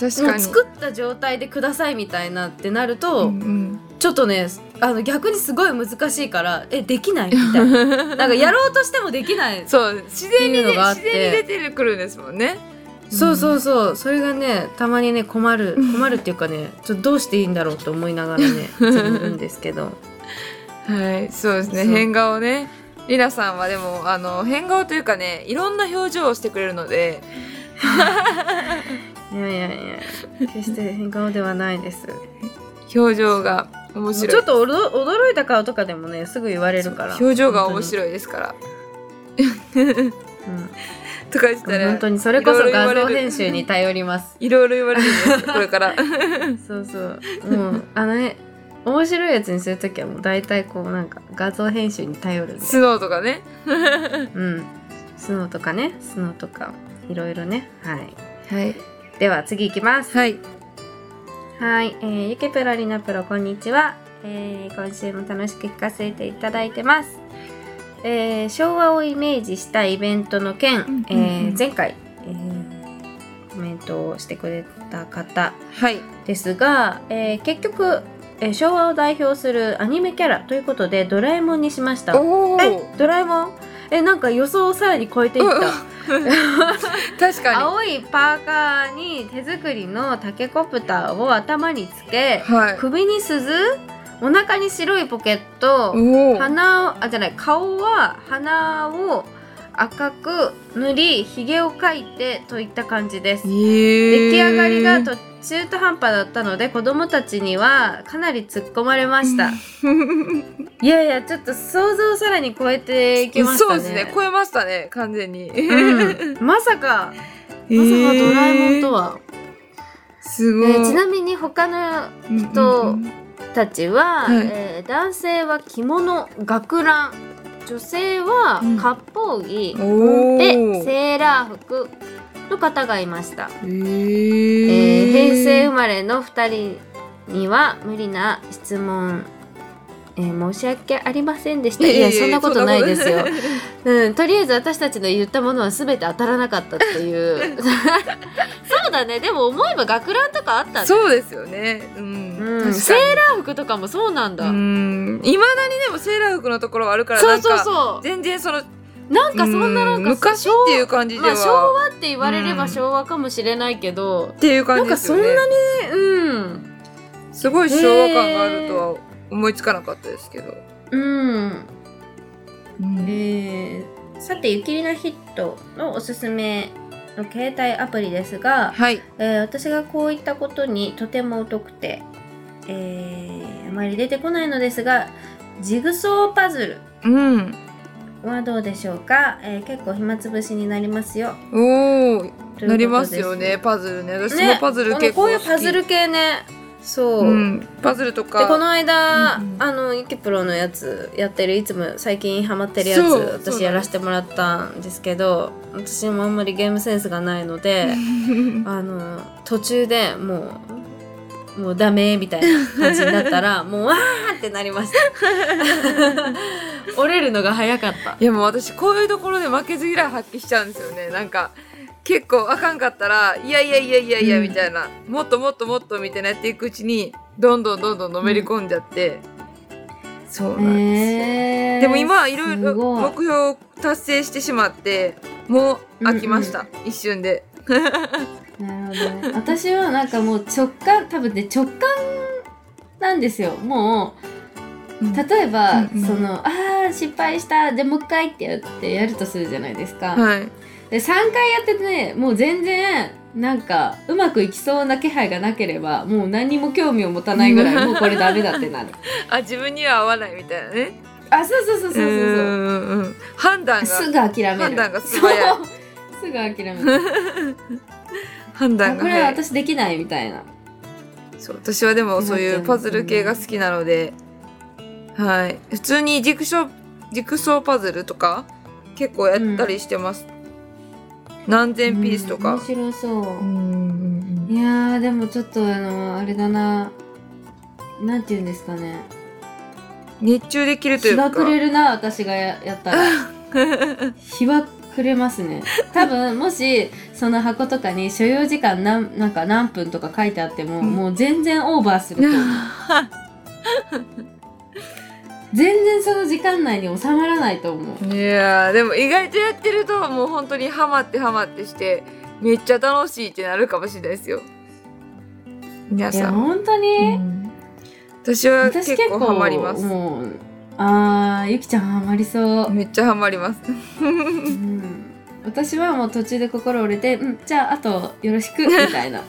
Speaker 1: 確
Speaker 2: も
Speaker 1: か
Speaker 2: う
Speaker 1: に
Speaker 2: 作った状態でくださいみたいなってなると、
Speaker 1: うん
Speaker 2: ちょっとねあの逆にすごい難しいからえできないみたい
Speaker 1: *laughs*
Speaker 2: な
Speaker 1: うん
Speaker 2: なんかやろうとしてもできない
Speaker 1: そう自然に
Speaker 2: っていう
Speaker 1: ね
Speaker 2: のがあっ
Speaker 1: 自
Speaker 2: て
Speaker 1: 然に出てくるんですもんね
Speaker 2: そうそうそうそれがねたまにね困
Speaker 1: *laughs*
Speaker 2: る困るっていうかねちょっとどうしていいんだろうと思いながらね自分いるんですけど
Speaker 1: はい、そうですね。
Speaker 2: そう
Speaker 1: 変顔ね。りなさんはでも、あの、変顔というかね、いろんな表情をしてくれるので、
Speaker 2: いやいやいや決して変顔ではないですも
Speaker 1: 表情が面
Speaker 2: う
Speaker 1: 白い。
Speaker 2: ちょっとおど驚いた顔とかでもねすぐ言われるから
Speaker 1: 表情が面
Speaker 2: い、
Speaker 1: 白いですから。
Speaker 2: うん
Speaker 1: とか言ってた
Speaker 2: 本
Speaker 1: ら
Speaker 2: 当、にそれこそ
Speaker 1: いろいろ言わ
Speaker 2: 画
Speaker 1: れる
Speaker 2: 像編集に頼ります
Speaker 1: いろいろ言われるんですよこれ
Speaker 2: *laughs*
Speaker 1: から。
Speaker 2: そうそうもうあのね面白いやつにするときはもう大体こうなんか画像編集に頼るんで
Speaker 1: スノーとかね。
Speaker 2: うんスノーとかねスノーとかいろいろねはい
Speaker 1: はい。
Speaker 2: では次いきます
Speaker 1: はい。
Speaker 2: はい、えー、ゆけプロりなプロこんにちは、えー今週も楽しく聞かせていただいてます、えー昭和をイメージしたイベントの件、
Speaker 1: んうん
Speaker 2: えー前回、えーコメントをしてくれた方
Speaker 1: はい。
Speaker 2: ですが、えー結局、えー昭和を代表するアニメキャラということでドラえもんにしました
Speaker 1: おお。
Speaker 2: えドラえもんえなんか予想をさらに超えていっ
Speaker 1: うん
Speaker 2: た
Speaker 1: 確か
Speaker 2: 青いパーカーに手作りのタケコプターを頭につけ
Speaker 1: に。はい。
Speaker 2: 首に鈴お腹に白いポケット
Speaker 1: おお。
Speaker 2: 鼻をあじゃない顔は鼻を赤く塗りひげを描いてといった感じです出
Speaker 1: 出
Speaker 2: 来上がりがと中途半端だったので子供たちにはかなり突っ込まれました *laughs* いやいやちょっと想像をさらに超えていきました
Speaker 1: そう
Speaker 2: ね
Speaker 1: ですね。超えましたね、完全に。 *laughs*
Speaker 2: うんまさかまさかドラえもんとは、
Speaker 1: す
Speaker 2: え
Speaker 1: ごい。
Speaker 2: ーちなみに他の
Speaker 1: うんうんうん
Speaker 2: たちは、
Speaker 1: はい
Speaker 2: えー男性は着物学ラン女性は
Speaker 1: うん
Speaker 2: 割烹着、
Speaker 1: お
Speaker 2: で
Speaker 1: ー
Speaker 2: セーラー服の方がいました、
Speaker 1: え
Speaker 2: えー
Speaker 1: ー
Speaker 2: 平成生まれの2人には無理な質問、えー申し訳ありませんでしたいやそんなことないですよ、 *laughs* うん、とりあえず私たちの言ったものは全て当たらなかったっていう *laughs* そうだねでも思えば学ランとかあったね
Speaker 1: そうですよね。うん。
Speaker 2: うん、セーラー服とかもそうなんだ、
Speaker 1: うん。いまだにでもセーラー服のところはあるから
Speaker 2: そ
Speaker 1: な
Speaker 2: うんそう
Speaker 1: か
Speaker 2: そう
Speaker 1: 全然その
Speaker 2: なんかそんななん
Speaker 1: う
Speaker 2: か
Speaker 1: 昔っ
Speaker 2: 昭
Speaker 1: ていう感じで
Speaker 2: まあ昭
Speaker 1: は
Speaker 2: 和って言われれば昭和かもしれないけど、
Speaker 1: っていう感
Speaker 2: なん
Speaker 1: じで
Speaker 2: か
Speaker 1: す
Speaker 2: そ
Speaker 1: よ
Speaker 2: ん
Speaker 1: ね。
Speaker 2: なにうん
Speaker 1: すごい昭和感があるとは思いつかなかったですけど。
Speaker 2: うん
Speaker 1: うん
Speaker 2: えー、さて「ゆきりのヒット」のおすすめの携帯アプリですが、
Speaker 1: はい。
Speaker 2: えー私がこういったことにとても疎くて、えーあまり出てこないのですがジグソーパズル
Speaker 1: うん。
Speaker 2: はどうでしょうか、えー結構暇つぶしになりますよ
Speaker 1: おお。
Speaker 2: ということです
Speaker 1: なりますよねパズルね私もパズル結構
Speaker 2: こ
Speaker 1: 好
Speaker 2: う
Speaker 1: き
Speaker 2: いうパズル系ねそう、
Speaker 1: うん、パズルとか
Speaker 2: で
Speaker 1: *laughs*
Speaker 2: この間、
Speaker 1: うんうん
Speaker 2: あのイケプロのやつやってるいつも最近ハマってるやつ
Speaker 1: そうそう
Speaker 2: 私やらせてもらったんですけど私もあんまりゲームセンスがないのであの途中でもうもうダメみたいな感じになった *laughs* らもうわーってなり *laughs* ました折れるのが早かった
Speaker 1: いやもう私こういうところで負けず嫌い発揮しちゃうんですよねなんか結構あかんかったらいやいやいやいやいや
Speaker 2: うん
Speaker 1: みたいな、もっともっともっとみたいなやっていくうちにどんどんどんどんのめり込んじゃって、そうなんですよ、
Speaker 2: え
Speaker 1: でも今はいろい
Speaker 2: す
Speaker 1: ろ
Speaker 2: ごい
Speaker 1: 目標を達成してしまってもう飽きました、一瞬で
Speaker 2: なるほどね。私はなんかもう直感、多分ね、直感なんですよ。もう、例えば、
Speaker 1: うんうん
Speaker 2: その、ああ、失敗した、でもう一回ってやってやるとするじゃないですか。
Speaker 1: はい
Speaker 2: で、3回やっててね、もう全然、なんか、うまくいきそうな気配がなければ、もう何にも興味を持たないぐらい、もうこれダメだってなる。
Speaker 1: あ自分には合わないみたいなね
Speaker 2: あ、そうそうそうそうそ
Speaker 1: う
Speaker 2: うそう。
Speaker 1: んうんうん判断が
Speaker 2: すぐ諦める。
Speaker 1: 判断が素早い
Speaker 2: そう。すぐ諦める。
Speaker 1: 判
Speaker 2: あ
Speaker 1: 断が
Speaker 2: これは
Speaker 1: 早い
Speaker 2: 私できないみたいな。
Speaker 1: そう私はでもそういうパズル系が好きなので、はい普通にジグソージグソーパズルとか結構やったりしてます、何千ピースと
Speaker 2: うん
Speaker 1: か
Speaker 2: 面、白そう。
Speaker 1: うん
Speaker 2: いやーでもちょっとあのあれだななんて言うんですかね
Speaker 1: 熱中できるとい
Speaker 2: 日
Speaker 1: うか
Speaker 2: が暮れるな私がややったら
Speaker 1: *laughs*
Speaker 2: 日は暮れますね多分もしその箱とかに所要時間なんなんか何分とか書いてあっても、
Speaker 1: うん
Speaker 2: もう全然オーバーすると思う
Speaker 1: *laughs*
Speaker 2: 全然その時間内に収まらないと思う
Speaker 1: いやーでも意外とやってるともう本当にハマってハマってしてめっちゃ楽しいってなるかもしれないですよ皆
Speaker 2: いや
Speaker 1: さん、
Speaker 2: 本当に、
Speaker 1: うん私は結
Speaker 2: 私結
Speaker 1: 構
Speaker 2: 構
Speaker 1: ハマります
Speaker 2: もうあーゆきちゃんハマりそう
Speaker 1: めっちゃハマります
Speaker 2: うん私はもう途中で心折れて「うんじゃああとよろしく」みたいな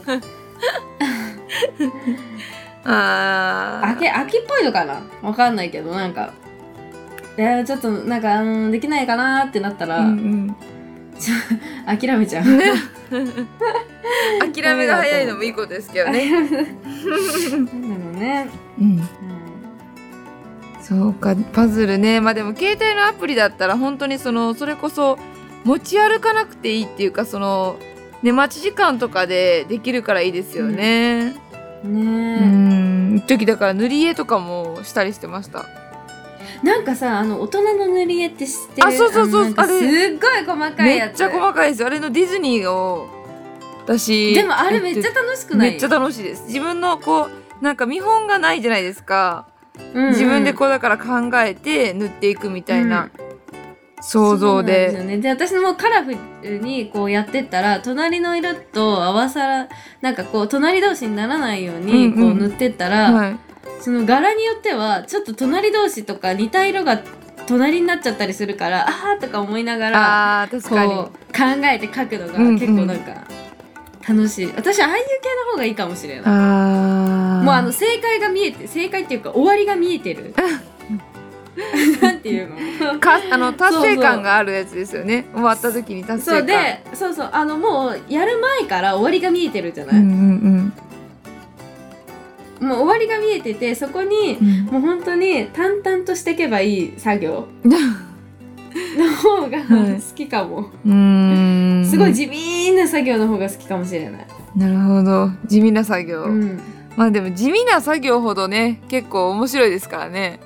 Speaker 1: あー
Speaker 2: 秋秋っぽいのかなわかんないけどなんかいやちょっとなんか、うん、できないかなってなったら、
Speaker 1: うんうん
Speaker 2: 諦
Speaker 1: *laughs*
Speaker 2: めちゃう
Speaker 1: 諦めが早いのもいいことですけどね。
Speaker 2: なんだろうね、
Speaker 1: うん、
Speaker 2: うん、
Speaker 1: そうかパズルねまあでも携帯のアプリだったら本当にそのそれこそ持ち歩かなくていいっていうかその、ね、待ち時間とかでできるからいいですよね。う
Speaker 2: ね
Speaker 1: ん一時だから塗り絵とかもしたりしてました。
Speaker 2: え、なんかさあの大人の塗り絵って知ってる
Speaker 1: あそうそうそうあ
Speaker 2: あのなんか
Speaker 1: れ
Speaker 2: すっごい細かい
Speaker 1: め
Speaker 2: や
Speaker 1: っ
Speaker 2: つ
Speaker 1: ちゃ細かいですよあれのディズニーを私
Speaker 2: でもあれめっちゃ楽しくない
Speaker 1: めっちゃ楽しいです。自分のこうなんか見本がないじゃないですか。
Speaker 2: うんうん
Speaker 1: 自分でこうだから考えて塗っていくみたいな想像で,、
Speaker 2: そうなんすよね、で私もカラフルにこうやってったら隣の色と合わさらなんかこう隣同士にならないように
Speaker 1: うんう
Speaker 2: こ
Speaker 1: ん
Speaker 2: う塗ってったら、
Speaker 1: はい、
Speaker 2: その柄によってはちょっと隣同士とか似た色が隣になっちゃったりするからあーとか思いながら
Speaker 1: あー確かに
Speaker 2: こう考えて描くのが
Speaker 1: うんうん
Speaker 2: 結構なんか楽しい、私ああいう系の方がいいかもしれない
Speaker 1: あ
Speaker 2: もうあの正解が見えて正解っていうか終わりが見えてる *laughs* なんていうの
Speaker 1: かあの達成感があるやつですよね終わった時に達成感
Speaker 2: そうでそうそうあのもうやる前から終わりが見えてるじゃ
Speaker 1: う
Speaker 2: ない、
Speaker 1: んうん
Speaker 2: もう終わりが見えててそこに
Speaker 1: うん
Speaker 2: もう本当に淡々としていけばいい作業の方が
Speaker 1: はい
Speaker 2: 好きかも、
Speaker 1: うー *laughs* ん
Speaker 2: すごい地味な作業の方が好きかもしれない、
Speaker 1: なるほど地味な作業、
Speaker 2: うん、
Speaker 1: まあでも地味な作業ほどね結構面白いですからね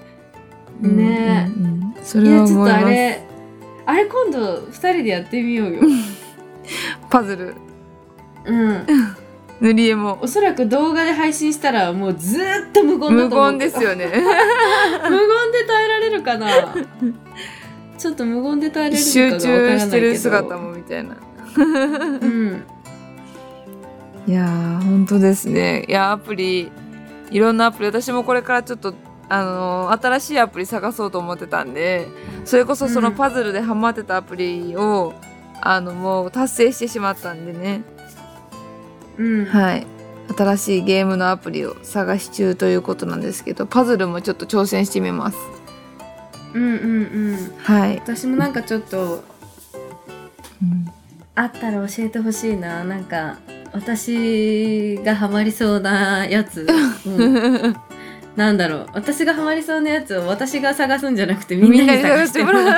Speaker 2: ね
Speaker 1: うんうんうんそ
Speaker 2: い
Speaker 1: れは
Speaker 2: やちょっ
Speaker 1: 思
Speaker 2: と
Speaker 1: い
Speaker 2: あ
Speaker 1: ます
Speaker 2: れあれ今度2人でやってみようよ、
Speaker 1: パズル
Speaker 2: うん、
Speaker 1: 塗り絵も
Speaker 2: おそらく動画で配信したらもうずーっと無言だ
Speaker 1: 無
Speaker 2: と思う
Speaker 1: 言ですよね
Speaker 2: *laughs* 無言で耐えられる
Speaker 1: *laughs*
Speaker 2: かなちょっと無言で耐えられる
Speaker 1: 集
Speaker 2: かがわからないけ
Speaker 1: 中
Speaker 2: ど
Speaker 1: してる姿もみたいな
Speaker 2: うん
Speaker 1: いやー本当ですねいやアプリいろんなアプリ私もこれからちょっとあのー新しいアプリ探そうと思ってたんでそれこそその
Speaker 2: うん
Speaker 1: パズルでハマってたアプリを、あのもう達成してしまったんでね
Speaker 2: うん、
Speaker 1: はい新しいゲームのアプリを探し中ということなんですけどパズルもちょっと挑戦してみます
Speaker 2: うんうんうん
Speaker 1: はい、
Speaker 2: 私もなんかちょっとあったら教えてほしいななんか私がハマりそうな
Speaker 1: *laughs*
Speaker 2: やつ、うん、なんだろう私がハマりそうなやつを私が探すんじゃなくてみん
Speaker 1: みん
Speaker 2: な
Speaker 1: なに
Speaker 2: に探
Speaker 1: 探
Speaker 2: し
Speaker 1: してて
Speaker 2: も
Speaker 1: も
Speaker 2: らう
Speaker 1: らう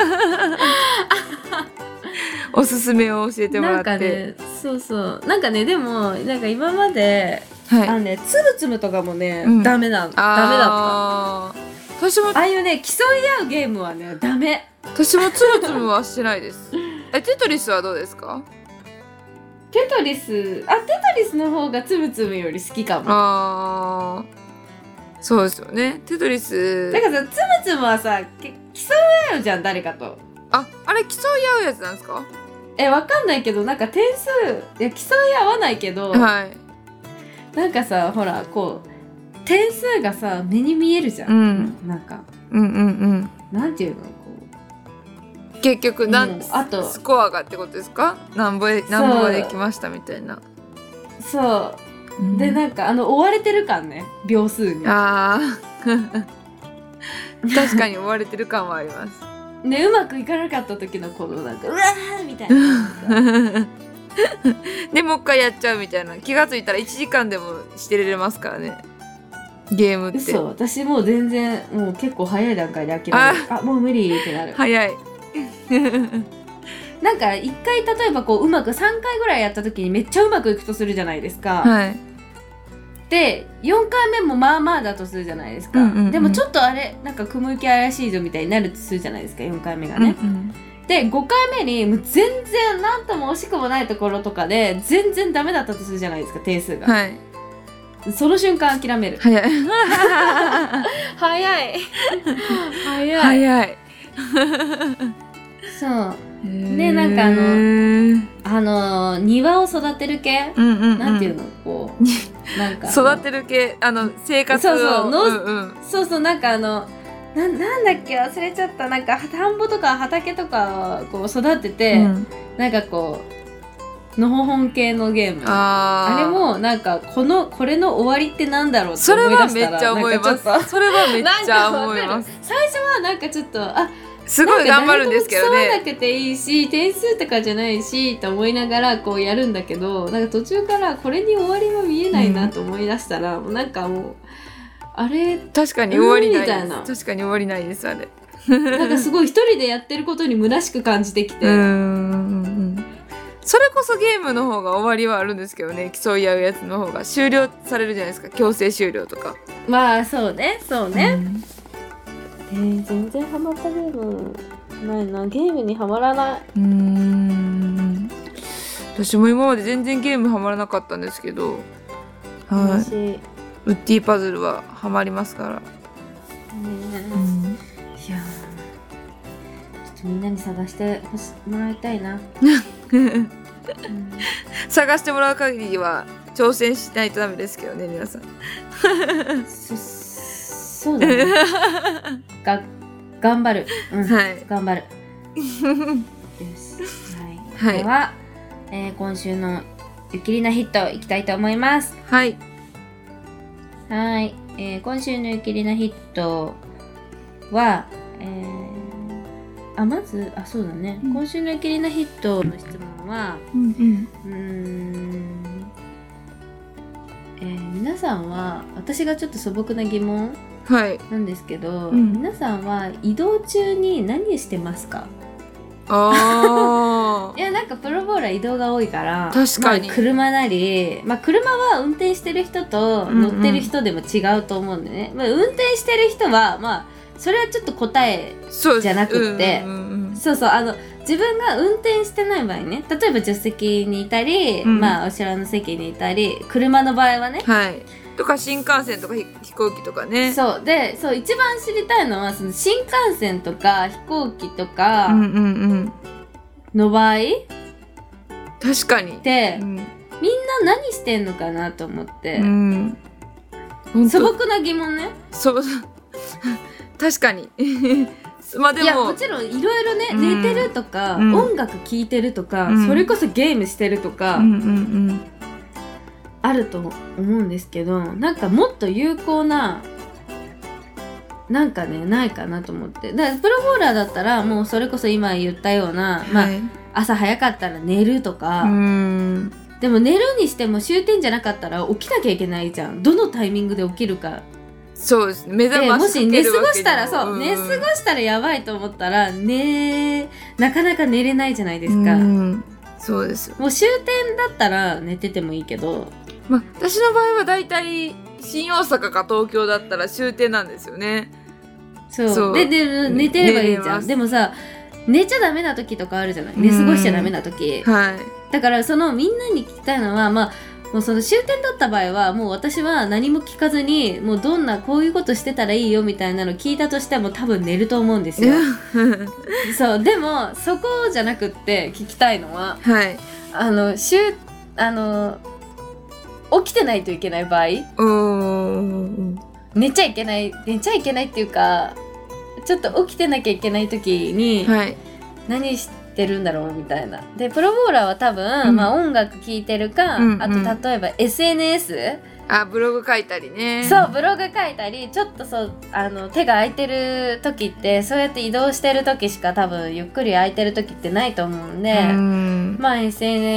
Speaker 1: *laughs* おすすめを教えてもら
Speaker 2: な
Speaker 1: っ
Speaker 2: ん
Speaker 1: て
Speaker 2: かねそうそうなんかねでもなんか今まで、
Speaker 1: はい
Speaker 2: あのねつぶつぶとかもね、
Speaker 1: うん
Speaker 2: ダメなのダメだっ
Speaker 1: あー私も
Speaker 2: たああいうね競い合うゲームはねダメ
Speaker 1: 私もつぶつぶはしてない
Speaker 2: *laughs*
Speaker 1: ですえテトリスはどうですか
Speaker 2: テトリスあテトリスの方がつぶつぶより好きかも
Speaker 1: あーそうですよねテトリス
Speaker 2: なんかさつむつむはさけ競い合うじゃん誰かと
Speaker 1: ああれ競い合うやつなんですか
Speaker 2: えわかんないけどなんか点数いや競い合わないけど、
Speaker 1: はい
Speaker 2: なんかさほらこう点数がさ目に見えるじゃ、
Speaker 1: うんん
Speaker 2: なんか
Speaker 1: うんうんうん
Speaker 2: なんていうのこ
Speaker 1: 結局なん、
Speaker 2: うんあと
Speaker 1: スコアがってことですか何ぼえ何ぼまできましたみたいな、
Speaker 2: うそううでなんかあの追われてる感ね秒数に
Speaker 1: あー *laughs* 確かに追われてる感はあります
Speaker 2: ねうまくいかなかった時のこのなんかうわーみたいな
Speaker 1: で *laughs* もう一回やっちゃうみたいな気がついたら1時間でもしてれますからねゲームっ
Speaker 2: *laughs*
Speaker 1: て
Speaker 2: 嘘私もう全然もう結構早い段階で諦めるあもう無理ってなる
Speaker 1: 早い
Speaker 2: なんか一回例えばこううまく3回ぐらいやった時にめっちゃうまくいくとするじゃないですか、
Speaker 1: はい
Speaker 2: で4回目もまあまあだとするじゃないですか、
Speaker 1: うんうんうん
Speaker 2: でもちょっとあれなんか雲行き怪しいぞみたいになるとするじゃないですか4回目がね、
Speaker 1: うん
Speaker 2: で5回目にもう全然なんとも惜しくもないところとかで全然ダメだったとするじゃないですか点数
Speaker 1: う
Speaker 2: が、
Speaker 1: んはい
Speaker 2: その瞬間諦
Speaker 1: *laughs*
Speaker 2: める
Speaker 1: 早い
Speaker 2: 早い早い
Speaker 1: 早い
Speaker 2: そう
Speaker 1: ね
Speaker 2: なんかあの
Speaker 1: うん
Speaker 2: あのー庭を育てる系、
Speaker 1: うんうん
Speaker 2: なんていうのこうなんか
Speaker 1: 育てる系あの生活を
Speaker 2: そうそう
Speaker 1: う
Speaker 2: 農
Speaker 1: んうん
Speaker 2: そうそうなんかあのななんだっけ忘れちゃったなんか田んぼとか畑とかこう育てて、
Speaker 1: うん
Speaker 2: なんかこうのほほん系のゲームあ
Speaker 1: あー
Speaker 2: れもなんかこのこれの終わりってなんだろうって
Speaker 1: それ
Speaker 2: 思い
Speaker 1: は
Speaker 2: 出
Speaker 1: め
Speaker 2: し
Speaker 1: った
Speaker 2: ら
Speaker 1: ちゃ思いま
Speaker 2: なんか
Speaker 1: すそれはめっち
Speaker 2: ちょ
Speaker 1: ゃ
Speaker 2: っと
Speaker 1: 思い
Speaker 2: *laughs* なんかわか
Speaker 1: ま
Speaker 2: る
Speaker 1: す
Speaker 2: 最初はなんかちょっとあ
Speaker 1: すごい頑張るんですけど
Speaker 2: なんか誰
Speaker 1: ね
Speaker 2: とも競わなくていいし点数とかじゃないしと思いながらこうやるんだけどなんか途中からこれに終わりは見えないなと思い出したら、もうなんかもうあれ
Speaker 1: 確かに終わりない
Speaker 2: うんみたいな
Speaker 1: です確かに終わりないですあれ
Speaker 2: なんかすごい一人でやってることに虚しく感じてきて、
Speaker 1: うーんそれこそゲームの方が終わりはあるんですけどね競い合うやつの方が終了されるじゃないですか強制終了とか
Speaker 2: まあそうねそう、全然ハマったゲームないなゲームにはまらない
Speaker 1: うんうん私も今まで全然ゲームハマらなかったんですけどはい
Speaker 2: 私、ね
Speaker 1: ウッディパズルはハマりますから、
Speaker 2: いやーちょっとみんなに探してほしもらいたいな、うん
Speaker 1: 探してもらう限りは挑戦しないとダメですけどね皆さん
Speaker 2: そそうだ *laughs* ねが頑張る、うん *laughs*
Speaker 1: はい
Speaker 2: 頑張るよしは
Speaker 1: は
Speaker 2: い、
Speaker 1: い
Speaker 2: では、えー今週のゆきりなヒットいきたいと思います
Speaker 1: はい
Speaker 2: はい、えー今週のゆきりなヒットは、えーあまずあそうだね、
Speaker 1: うん
Speaker 2: 今週のゆきりなヒットの質問は
Speaker 1: うん
Speaker 2: うーん、えー皆さんは私がちょっと素朴な疑問
Speaker 1: はい
Speaker 2: なんですけど、
Speaker 1: うん
Speaker 2: 皆さんは移動中に何してますか
Speaker 1: あ
Speaker 2: いやなんかプロボウラー移動が多いから
Speaker 1: 確かに
Speaker 2: まあ車なり、まあ、車は運転してる人
Speaker 1: う
Speaker 2: と
Speaker 1: んうん
Speaker 2: 乗ってる人でも違うと思うんでね、まあ、運転してる人はまあそれはちょっと答え
Speaker 1: あそうです
Speaker 2: *laughs* じゃなくって
Speaker 1: うんうん
Speaker 2: そうそうあの自分が運転してない場合ね例えば助手席にいたり、
Speaker 1: うん
Speaker 2: まあ後ろの席にいたり車の場合はね
Speaker 1: うん、はいとか新幹線とかひ飛行機とかね
Speaker 2: そうでそう一番知りたいのはその新幹線とか飛行機とか
Speaker 1: うんうんうん
Speaker 2: の場合っ
Speaker 1: 確かに
Speaker 2: て、
Speaker 1: う
Speaker 2: みん
Speaker 1: ん、
Speaker 2: な何してんのかなと思って
Speaker 1: う、ん、本
Speaker 2: 素
Speaker 1: 当
Speaker 2: 朴な疑問ね
Speaker 1: そ *laughs* 確かに *laughs* まあで
Speaker 2: いやも
Speaker 1: も
Speaker 2: ちろんいろいろね、
Speaker 1: うん
Speaker 2: 寝てるとか、
Speaker 1: うん
Speaker 2: 音楽聴いてるとか、
Speaker 1: うん
Speaker 2: それこそゲームしてるとか、
Speaker 1: うんうんうん
Speaker 2: あると思うんですけどなんかもっと有効ななんかねないかなと思ってだからプロボーラーだったらもうそれこそ今言ったような、まあ
Speaker 1: はい
Speaker 2: 朝早かったら寝るとか、
Speaker 1: うん
Speaker 2: でも寝るにしても終点じゃなかったら起きなきゃいけないじゃんどのタイミングで起きるか
Speaker 1: そうです目覚
Speaker 2: で
Speaker 1: ま
Speaker 2: も
Speaker 1: し
Speaker 2: し
Speaker 1: かけ
Speaker 2: 寝
Speaker 1: る
Speaker 2: 過
Speaker 1: わ
Speaker 2: ご
Speaker 1: け
Speaker 2: し
Speaker 1: にも
Speaker 2: たらそう、
Speaker 1: ん
Speaker 2: 寝過ごしたらやばいと思ったら寝なかなか寝れないじゃないですか、
Speaker 1: うんそうですよ
Speaker 2: もう終点だったら寝ててもいいけど
Speaker 1: まあ私の場合はだいたい新大阪か東京だったら終点なんですよね
Speaker 2: そう
Speaker 1: そう
Speaker 2: でで寝てればいいじ
Speaker 1: 寝れ
Speaker 2: ゃ
Speaker 1: ま
Speaker 2: ん
Speaker 1: す
Speaker 2: でもさ寝ちゃダメな時とかあるじゃない寝過ごしちゃダメな時
Speaker 1: はい
Speaker 2: だからそのみんなに聞きたいのはまあもうその終点だった場合はもう私は何も聞かずにもうどんなこういうことしてたらいいよみたいなの聞いたとしても多分寝ると思うんですよそうでもそこじゃなくって聞きたいのは
Speaker 1: *laughs* はい
Speaker 2: あの終あの起きてないといけない場合
Speaker 1: うーん
Speaker 2: 寝ちゃいけない寝ちゃいけないっていうかちょっと起きてなきゃいけない時に
Speaker 1: はい
Speaker 2: 何してるんだろうみたいな。でプロボーラーは多分、
Speaker 1: うん
Speaker 2: まあ、音楽聴いてるか、
Speaker 1: うんうん
Speaker 2: あと例えば SNS、
Speaker 1: あブログ書いたりね
Speaker 2: そうブログ書いたりちょっとそうあの手が空いてる時ってそうやって移動してる時しか多分ゆっくり空いてる時ってないと思うんで、
Speaker 1: うん
Speaker 2: まあ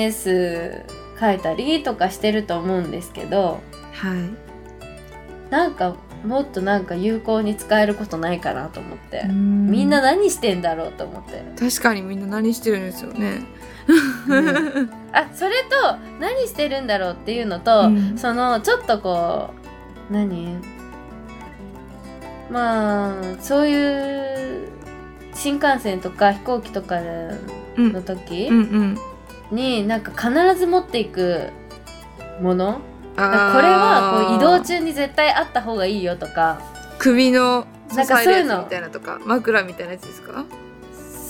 Speaker 2: SNS 書いたりとかしてると思うんですけど
Speaker 1: はい
Speaker 2: なんかもっとなんか有効に使えることないかなと思って、み
Speaker 1: み
Speaker 2: んな何してんだろうと思って。
Speaker 1: 確かにみんな何してるんですよね。
Speaker 2: うんあそれと何してるんだろうっていうの
Speaker 1: う
Speaker 2: と、
Speaker 1: ん
Speaker 2: そのちょっとこう何まあそういう新幹線とか飛行機とか
Speaker 1: うん
Speaker 2: の時
Speaker 1: うんうん。
Speaker 2: になんか必ず持っていくもの
Speaker 1: あ
Speaker 2: だから
Speaker 1: ー
Speaker 2: これはこう移動中に絶対あった方がいいよとか
Speaker 1: 首の支
Speaker 2: なんか
Speaker 1: え
Speaker 2: そう
Speaker 1: る
Speaker 2: いうの
Speaker 1: やつみたいなとか枕みたいなやつですか？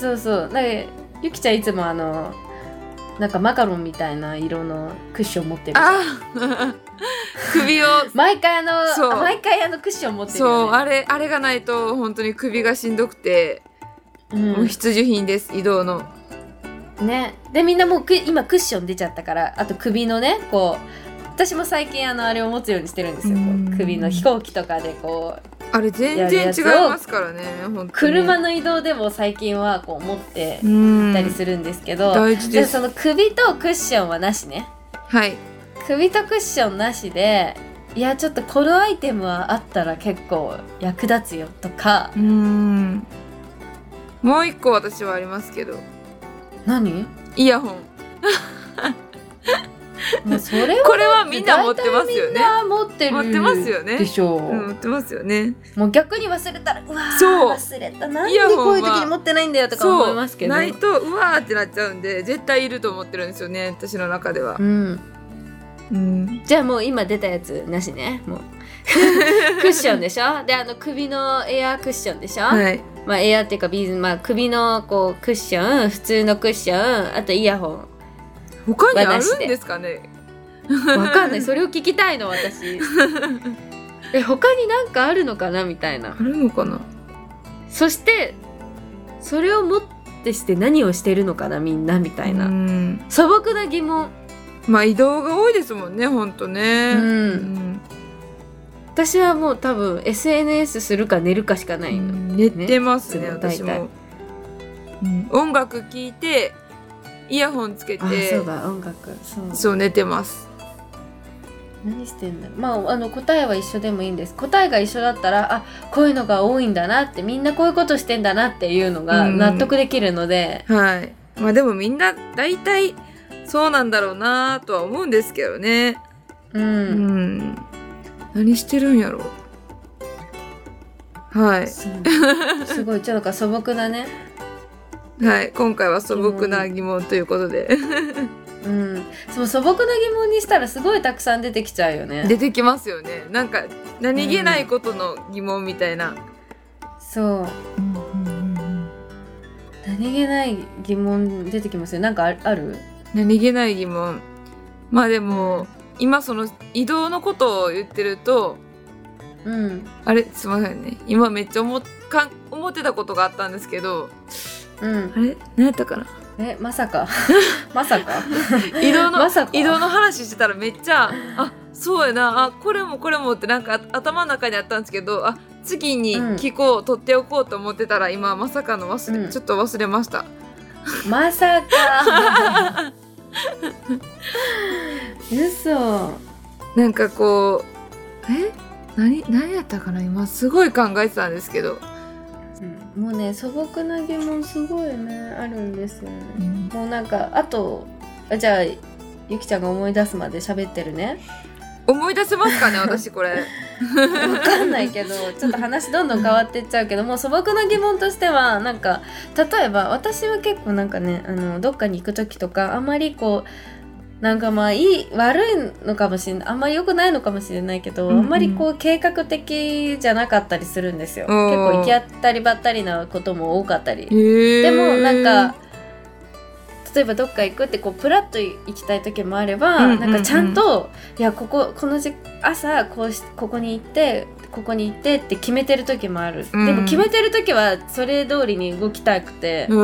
Speaker 2: そうそうなんかゆきちゃんいつもあのなんかマカロンみたいな色のクッション持ってるじゃん
Speaker 1: あ
Speaker 2: *laughs*
Speaker 1: ー首を
Speaker 2: 毎回あ
Speaker 1: そう
Speaker 2: の毎回あのクッション持ってる
Speaker 1: そう
Speaker 2: よ、ね、
Speaker 1: あれあれがないと本当に首がしんどくて、
Speaker 2: う
Speaker 1: もうん必需品です移動の。
Speaker 2: ねでみんなもうく今クッション出ちゃったからあと首のねこう私も最近あのあれを持つようにしてるんですよこう
Speaker 1: うん
Speaker 2: 首の飛行機とかでこう
Speaker 1: あれ全然違いますからね本当に。
Speaker 2: 車の移動でも最近はこう持って
Speaker 1: うん
Speaker 2: 行ったりするんですけど、
Speaker 1: 大事
Speaker 2: じゃ
Speaker 1: で
Speaker 2: あ
Speaker 1: す
Speaker 2: そ。の首とクッションはなしね
Speaker 1: はい。
Speaker 2: 首とクッションなしでいやちょっとこのアイテムはあったら結構役立つよとか
Speaker 1: うん。もう一個私はありますけど
Speaker 2: 何
Speaker 1: イヤホン。
Speaker 2: もうそれは
Speaker 1: これはみんな持ってますよね。
Speaker 2: 大体みんな持ってる
Speaker 1: 持ってますよね
Speaker 2: でしょう、
Speaker 1: うん、持ってますよね。
Speaker 2: もう逆に忘れたらうわー
Speaker 1: そう
Speaker 2: 忘れたなん
Speaker 1: イ
Speaker 2: で
Speaker 1: ヤホンは
Speaker 2: こういう時に持ってないんだよとか思いますけど
Speaker 1: ないとうわーってなっちゃうんで絶対いると思ってるんですよね私の中では
Speaker 2: う。ん、
Speaker 1: うん、
Speaker 2: じゃあもう今出たやつなしね
Speaker 1: *laughs*
Speaker 2: もうクッションでしょであの首のエアークッションでしょ、
Speaker 1: はい。
Speaker 2: まあエアーっていうかビーズ、まあ、首のこうクッション普通のクッションあとイヤホン
Speaker 1: 他にある
Speaker 2: 私
Speaker 1: ん
Speaker 2: で
Speaker 1: ですかね。
Speaker 2: わかんないそれを聞きたいの私え他になんかあるのかなみたい
Speaker 1: *laughs*
Speaker 2: な
Speaker 1: あるのかな。
Speaker 2: そしてそれを持ってして何をしてるのかなみんなみたいな、
Speaker 1: うん
Speaker 2: 素朴な疑問
Speaker 1: まあ移動が多いですもんね本当ね。
Speaker 2: うん
Speaker 1: ん
Speaker 2: 私はもう多分 SNS するか寝るかしかないの、
Speaker 1: 寝てますね
Speaker 2: ね
Speaker 1: 私
Speaker 2: 大体
Speaker 1: も。うん音楽聴いてイヤホンつけ
Speaker 2: あ
Speaker 1: て
Speaker 2: そうだ音楽そう
Speaker 1: そう寝てます。
Speaker 2: 何してんだろうまああの答えは一緒でもいいんです答えが一緒だったらあこういうのが多いんだなってみんなこういうことしてんだなっていうのが
Speaker 1: うん
Speaker 2: 納得できるので、
Speaker 1: はい。まあでもみんな大体そうなんだろうなとは思うんですけどね。
Speaker 2: うん
Speaker 1: うん、何してるんやろはい
Speaker 2: そうすごいちょっとなんか素朴なね、
Speaker 1: はい今回は素朴な疑問ということで
Speaker 2: うん、その素朴な疑問にしたらすごいたくさん出てきちゃうよね
Speaker 1: 出てきますよねなんか何気ないことの疑問みたいな、
Speaker 2: そう何気ない疑問出てきますよなんかあある
Speaker 1: 何気ない疑問まあでも今その移動のことを言ってると
Speaker 2: うん
Speaker 1: あれすいませんね今めっちゃ思っかん思ってたことがあったんですけど
Speaker 2: うん
Speaker 1: あれ何やったかな
Speaker 2: えまさか *laughs* まさか
Speaker 1: 移動の
Speaker 2: まさか
Speaker 1: 移動の話してたらめっちゃあそうやなあこれもこれもってなんかあ頭の中にあったんですけどあ次に聞こう、取っておこうと思ってたら今まさかの忘れ、
Speaker 2: うん
Speaker 1: ちょっと忘れました
Speaker 2: まさ *laughs* か嘘
Speaker 1: なんかこうえ何何やったかな今すごい考えてたんですけど、
Speaker 2: うんもうね素朴な疑問すごいねあるんですよね
Speaker 1: うん
Speaker 2: もうなんかあとあじゃあゆきちゃんが思い出すまで喋ってるね
Speaker 1: 思い出せますかね私これ
Speaker 2: わかんないけどちょっと話どんどん変わってっちゃうけどもう素朴な疑問としてはなんか例えば私は結構なんかねあのどっかに行く時とかあんまりこうなんかまあいい悪いのかもしれないあんまり良くないのかもしれないけど、
Speaker 1: うんうん
Speaker 2: あんまりこう計画的じゃなかったりするんですよ
Speaker 1: お
Speaker 2: 結
Speaker 1: ー
Speaker 2: 構行き当たりばったりなことも多かっ
Speaker 1: *laughs*
Speaker 2: たり
Speaker 1: で
Speaker 2: でもなんか例えばどっか行くってこうプラッと行きたい時もあれば、
Speaker 1: うんうんうん
Speaker 2: なんかちゃんといやこここの時朝こうしここに行ってここに行ってって決めてる時もある、
Speaker 1: うん
Speaker 2: でも決めてる時はそれ通りに動きたくて、そ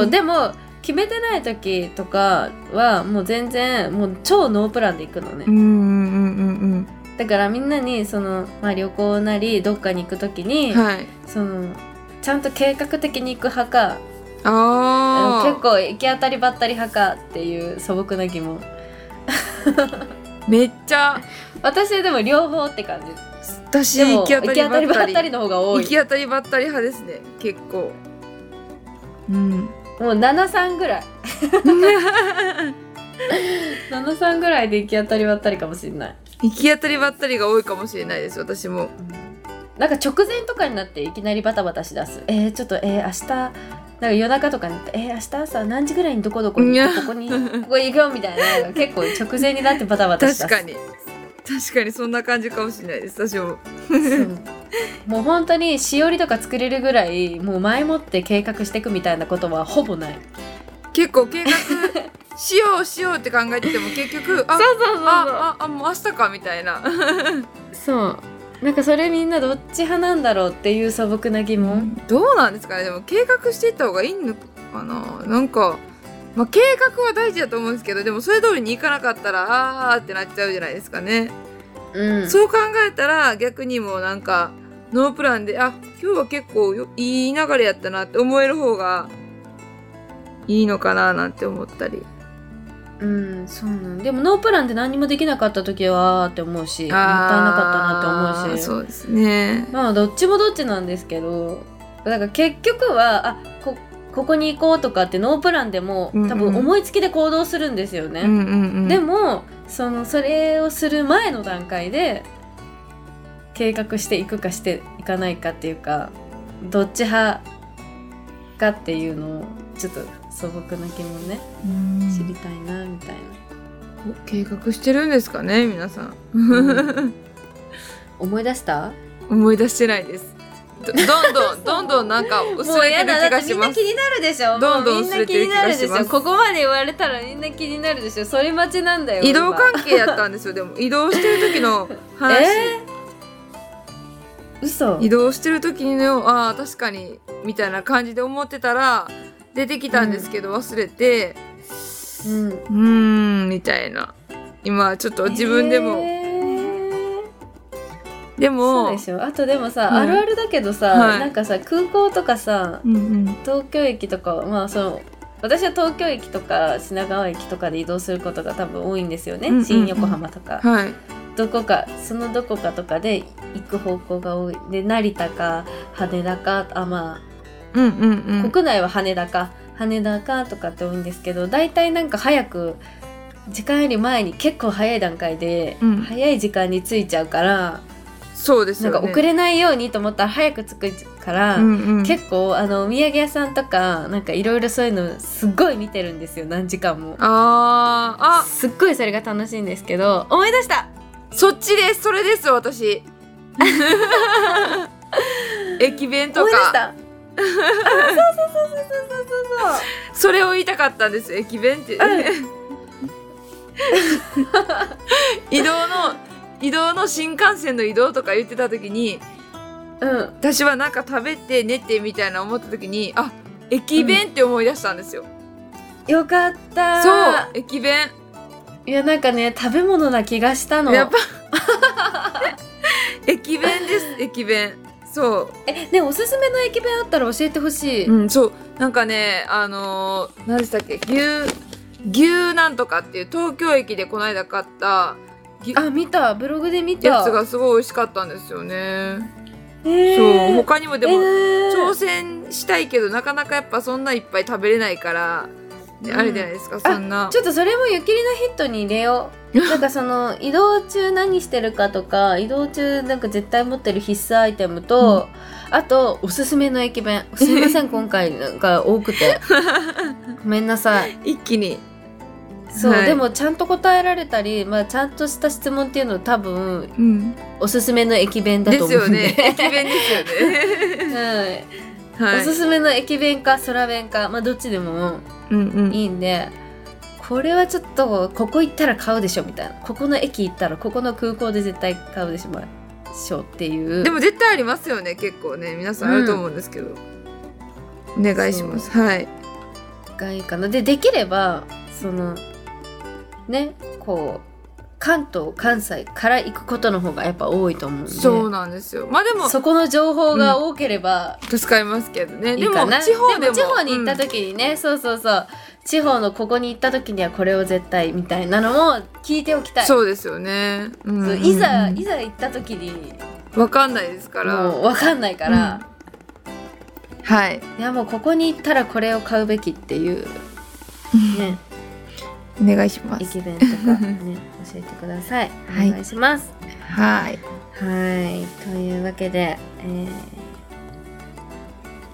Speaker 2: うでも決めてない時とかはもう全然もう超ノープランで行くのね、
Speaker 1: うんうんうん
Speaker 2: だからみんなにその、まあ、旅行なりどっかに行く時
Speaker 1: う
Speaker 2: に、
Speaker 1: んはい
Speaker 2: そのちゃんと計画的に行く派か
Speaker 1: ああ
Speaker 2: 結構行き当たりばったり派かっていう素朴な疑問
Speaker 1: めっちゃ
Speaker 2: 私でも両方って感じ
Speaker 1: 私
Speaker 2: でも
Speaker 1: 行き当たりばったり
Speaker 2: の方が多
Speaker 1: 行
Speaker 2: い
Speaker 1: き当たりばったり派ですね結構うん *laughs*
Speaker 2: もう73ぐらい73ぐらいで行き当たりばったりかもしれない
Speaker 1: 行き当たりばったりが多いかもしれないです私も
Speaker 2: なんか直前とかになっていきなりバタバタしだすえー、ちょっとえー、明日なんか夜中とかにえー、明日朝何時ぐらいにどこどこに行ってここにここ行くよみたいなのが結構直前になってバタバタしだ
Speaker 1: 確
Speaker 2: す
Speaker 1: かに確かにそんな感じかもしれないです私も
Speaker 2: そうもう本当にしおりとか作れるぐらいもう前もって計画していくみたいなことはほぼない
Speaker 1: 結構計画しようしようって考えてても結局あ
Speaker 2: そうそう
Speaker 1: あああもう明日かみたいな
Speaker 2: そうなんかそれみんなどっち派なんだろうっていう素朴な疑問、
Speaker 1: どうなんですかねでも計画していった方がいいのかななんか、まあ、計画は大事だと思うんですけどでもそれ通りにいかなかったらあーってなっちゃうじゃないですかね、
Speaker 2: うん
Speaker 1: そう考えたら逆にもうなんかノープランであ今日は結構よいい流れやったなって思える方がいいのかななんて思ったり
Speaker 2: うんそうなんでもノープランで何もできなかった時はって思うしもったいなかったなって思うし
Speaker 1: あーそうですね
Speaker 2: まあどっちもどっちなんですけどだから結局はあこここに行こうとかってノープランでも
Speaker 1: うんうん
Speaker 2: 多分思いつきで行動するんですよね、
Speaker 1: うんうんうん
Speaker 2: でもそのそれをする前の段階で計画していくかしていかないかっていうかどっち派かっていうのをちょっと素朴な疑問ね
Speaker 1: うん
Speaker 2: 知りたいなみたいな
Speaker 1: 計画してるんですかね皆さん、 *laughs*
Speaker 2: う思い出した
Speaker 1: 思い出してないですどどんど
Speaker 2: *laughs*
Speaker 1: んどんどんなんか薄れてる気
Speaker 2: だ
Speaker 1: が
Speaker 2: ってみ
Speaker 1: し
Speaker 2: んな
Speaker 1: ます
Speaker 2: 気になるでしょ
Speaker 1: どんどん
Speaker 2: もうみん
Speaker 1: 薄
Speaker 2: な
Speaker 1: れ
Speaker 2: 気
Speaker 1: てる
Speaker 2: に
Speaker 1: 気
Speaker 2: な
Speaker 1: が
Speaker 2: るで
Speaker 1: し
Speaker 2: し
Speaker 1: ます
Speaker 2: ょここまで言われたらみんな気になるでしょそれ待ちなんだよ
Speaker 1: 移動
Speaker 2: 今
Speaker 1: 関係やったんですよでも移動してる時の話、
Speaker 2: えー、嘘
Speaker 1: 移動してる時のああ確かにみたいな感じで思ってたら出てきたんですけど忘れて
Speaker 2: うん
Speaker 1: うーんみたいな今ちょっと自分でも、
Speaker 2: えー
Speaker 1: でも
Speaker 2: そうでしょあとでもさ、
Speaker 1: うん
Speaker 2: あるあるだけどさ、
Speaker 1: はい
Speaker 2: なんかさ空港とかさ
Speaker 1: うんうん
Speaker 2: 東京駅とかまあその私は東京駅とか品川駅とかで移動することが多分多いんですよね、
Speaker 1: うんうんうん
Speaker 2: 新横浜とか、
Speaker 1: はい
Speaker 2: どこかそのどこかとかで行く方向が多いで成田か羽田かあま
Speaker 1: うんうんう
Speaker 2: あ
Speaker 1: ん
Speaker 2: 国内は羽田か羽田かとかって多いんですけど大体なんか早く時間より前に結構早い段階で、
Speaker 1: うん
Speaker 2: 早い時間に着いちゃうから
Speaker 1: そうです
Speaker 2: な
Speaker 1: よね
Speaker 2: んか遅れないようにと思ったら早く着くから、
Speaker 1: うんうん、
Speaker 2: 結構あのお土産屋さんとかなんかいろいろそういうのすっごい見てるんですよ何時間も
Speaker 1: あーあ
Speaker 2: すっごいそれが楽しいんですけど思い出した
Speaker 1: そっちです。それです。
Speaker 2: *laughs*
Speaker 1: 私。駅弁と
Speaker 2: 思い出し
Speaker 1: か。
Speaker 2: た
Speaker 1: それを言いたかったんです。駅弁って。 *laughs* 移動の。移動の新幹線の移動とか言ってた時に
Speaker 2: *laughs* うん
Speaker 1: 私はなんか食べて寝てみたいな思った時にあ駅弁って思い出したんですよ、
Speaker 2: よかった
Speaker 1: そう駅弁
Speaker 2: いやなんかね食べ物な気がしたの
Speaker 1: やっぱ *laughs* 駅弁です駅駅弁そう
Speaker 2: えねおすすめの駅弁あったら教えてほしい、
Speaker 1: うん、そうなんかねあのー何でしたっけ牛牛なんとかっていう東京駅でこの間買った牛
Speaker 2: あ見たブログで見た
Speaker 1: やつがすごい美味しかったんですよね。
Speaker 2: え
Speaker 1: そう
Speaker 2: ー、
Speaker 1: 他にもでも、
Speaker 2: えー
Speaker 1: 挑戦したいけどなかなかやっぱそんないっぱい食べれないから、ね
Speaker 2: うん
Speaker 1: あれじゃないですかそんな
Speaker 2: ちょっとそれもゆきりなヒットに入れよ
Speaker 1: *laughs*
Speaker 2: うなんかその移動中何してるかとか移動中なんか絶対持ってる必須アイテムと、あとおすすめの駅
Speaker 1: *laughs*
Speaker 2: 弁すいません今回なんか多くてごめんなさい
Speaker 1: 一気に
Speaker 2: そう、
Speaker 1: はい
Speaker 2: でもちゃんと答えられたり、まあ、ちゃんとした質問っていうのは多分
Speaker 1: うん
Speaker 2: おすすめの駅弁だ
Speaker 1: で
Speaker 2: と
Speaker 1: す
Speaker 2: 思う
Speaker 1: よ
Speaker 2: んで
Speaker 1: ね駅弁ですよ
Speaker 2: *laughs*
Speaker 1: ね
Speaker 2: うん
Speaker 1: はい
Speaker 2: おすすめの駅弁か空弁か、まあ、どっちでも
Speaker 1: うんうん
Speaker 2: いいんでこれはちょっとここ行ったら買うでしょみたいなここの駅行ったらここの空港で絶対買うでしょっていう
Speaker 1: でも絶対ありますよね結構ね皆さんあると思うんですけど、お願いしますはい
Speaker 2: がいいかなでできればそのねこう関東関西から行くことの方がやっぱ多いと思うんで
Speaker 1: そうなんですよまあでも
Speaker 2: そこの情報が多ければ、
Speaker 1: 助かりますけどね
Speaker 2: いい
Speaker 1: でも
Speaker 2: かな
Speaker 1: 地方でも
Speaker 2: 地方に行った時にね、そうそうそう地方のここに行った時にはこれを絶対みたいなのも聞いておきた
Speaker 1: うん
Speaker 2: い
Speaker 1: そうですよね、うんうん
Speaker 2: そううんいざいざ行った時に
Speaker 1: わかんないですから
Speaker 2: もう分かんないから、
Speaker 1: はい
Speaker 2: いやもうここに行ったらこれを買うべきっていう *laughs* ね
Speaker 1: お願いしま
Speaker 2: 駅弁と
Speaker 1: *laughs*
Speaker 2: かね教えてくださいお
Speaker 1: はい
Speaker 2: 願いします
Speaker 1: はい
Speaker 2: はいというわけで、えー、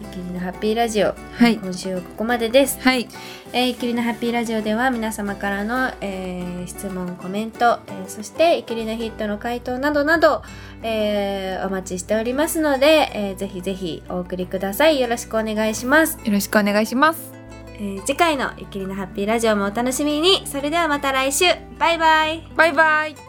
Speaker 2: ゆきりのハッピーラジオ
Speaker 1: はい
Speaker 2: 今週はここまでです
Speaker 1: はい
Speaker 2: えー、イキリのハッピーラジオでは皆様からの、えー質問コメント、えーそしてイキリのヒットの回答などなど、えーお待ちしておりますので、えーぜひぜひお送りくださいよろしくお願いします、
Speaker 1: よろしくお願いします
Speaker 2: えー次回のイキリのハッピーラジオもお楽しみにそれではまた来週バイバイ
Speaker 1: バイバイ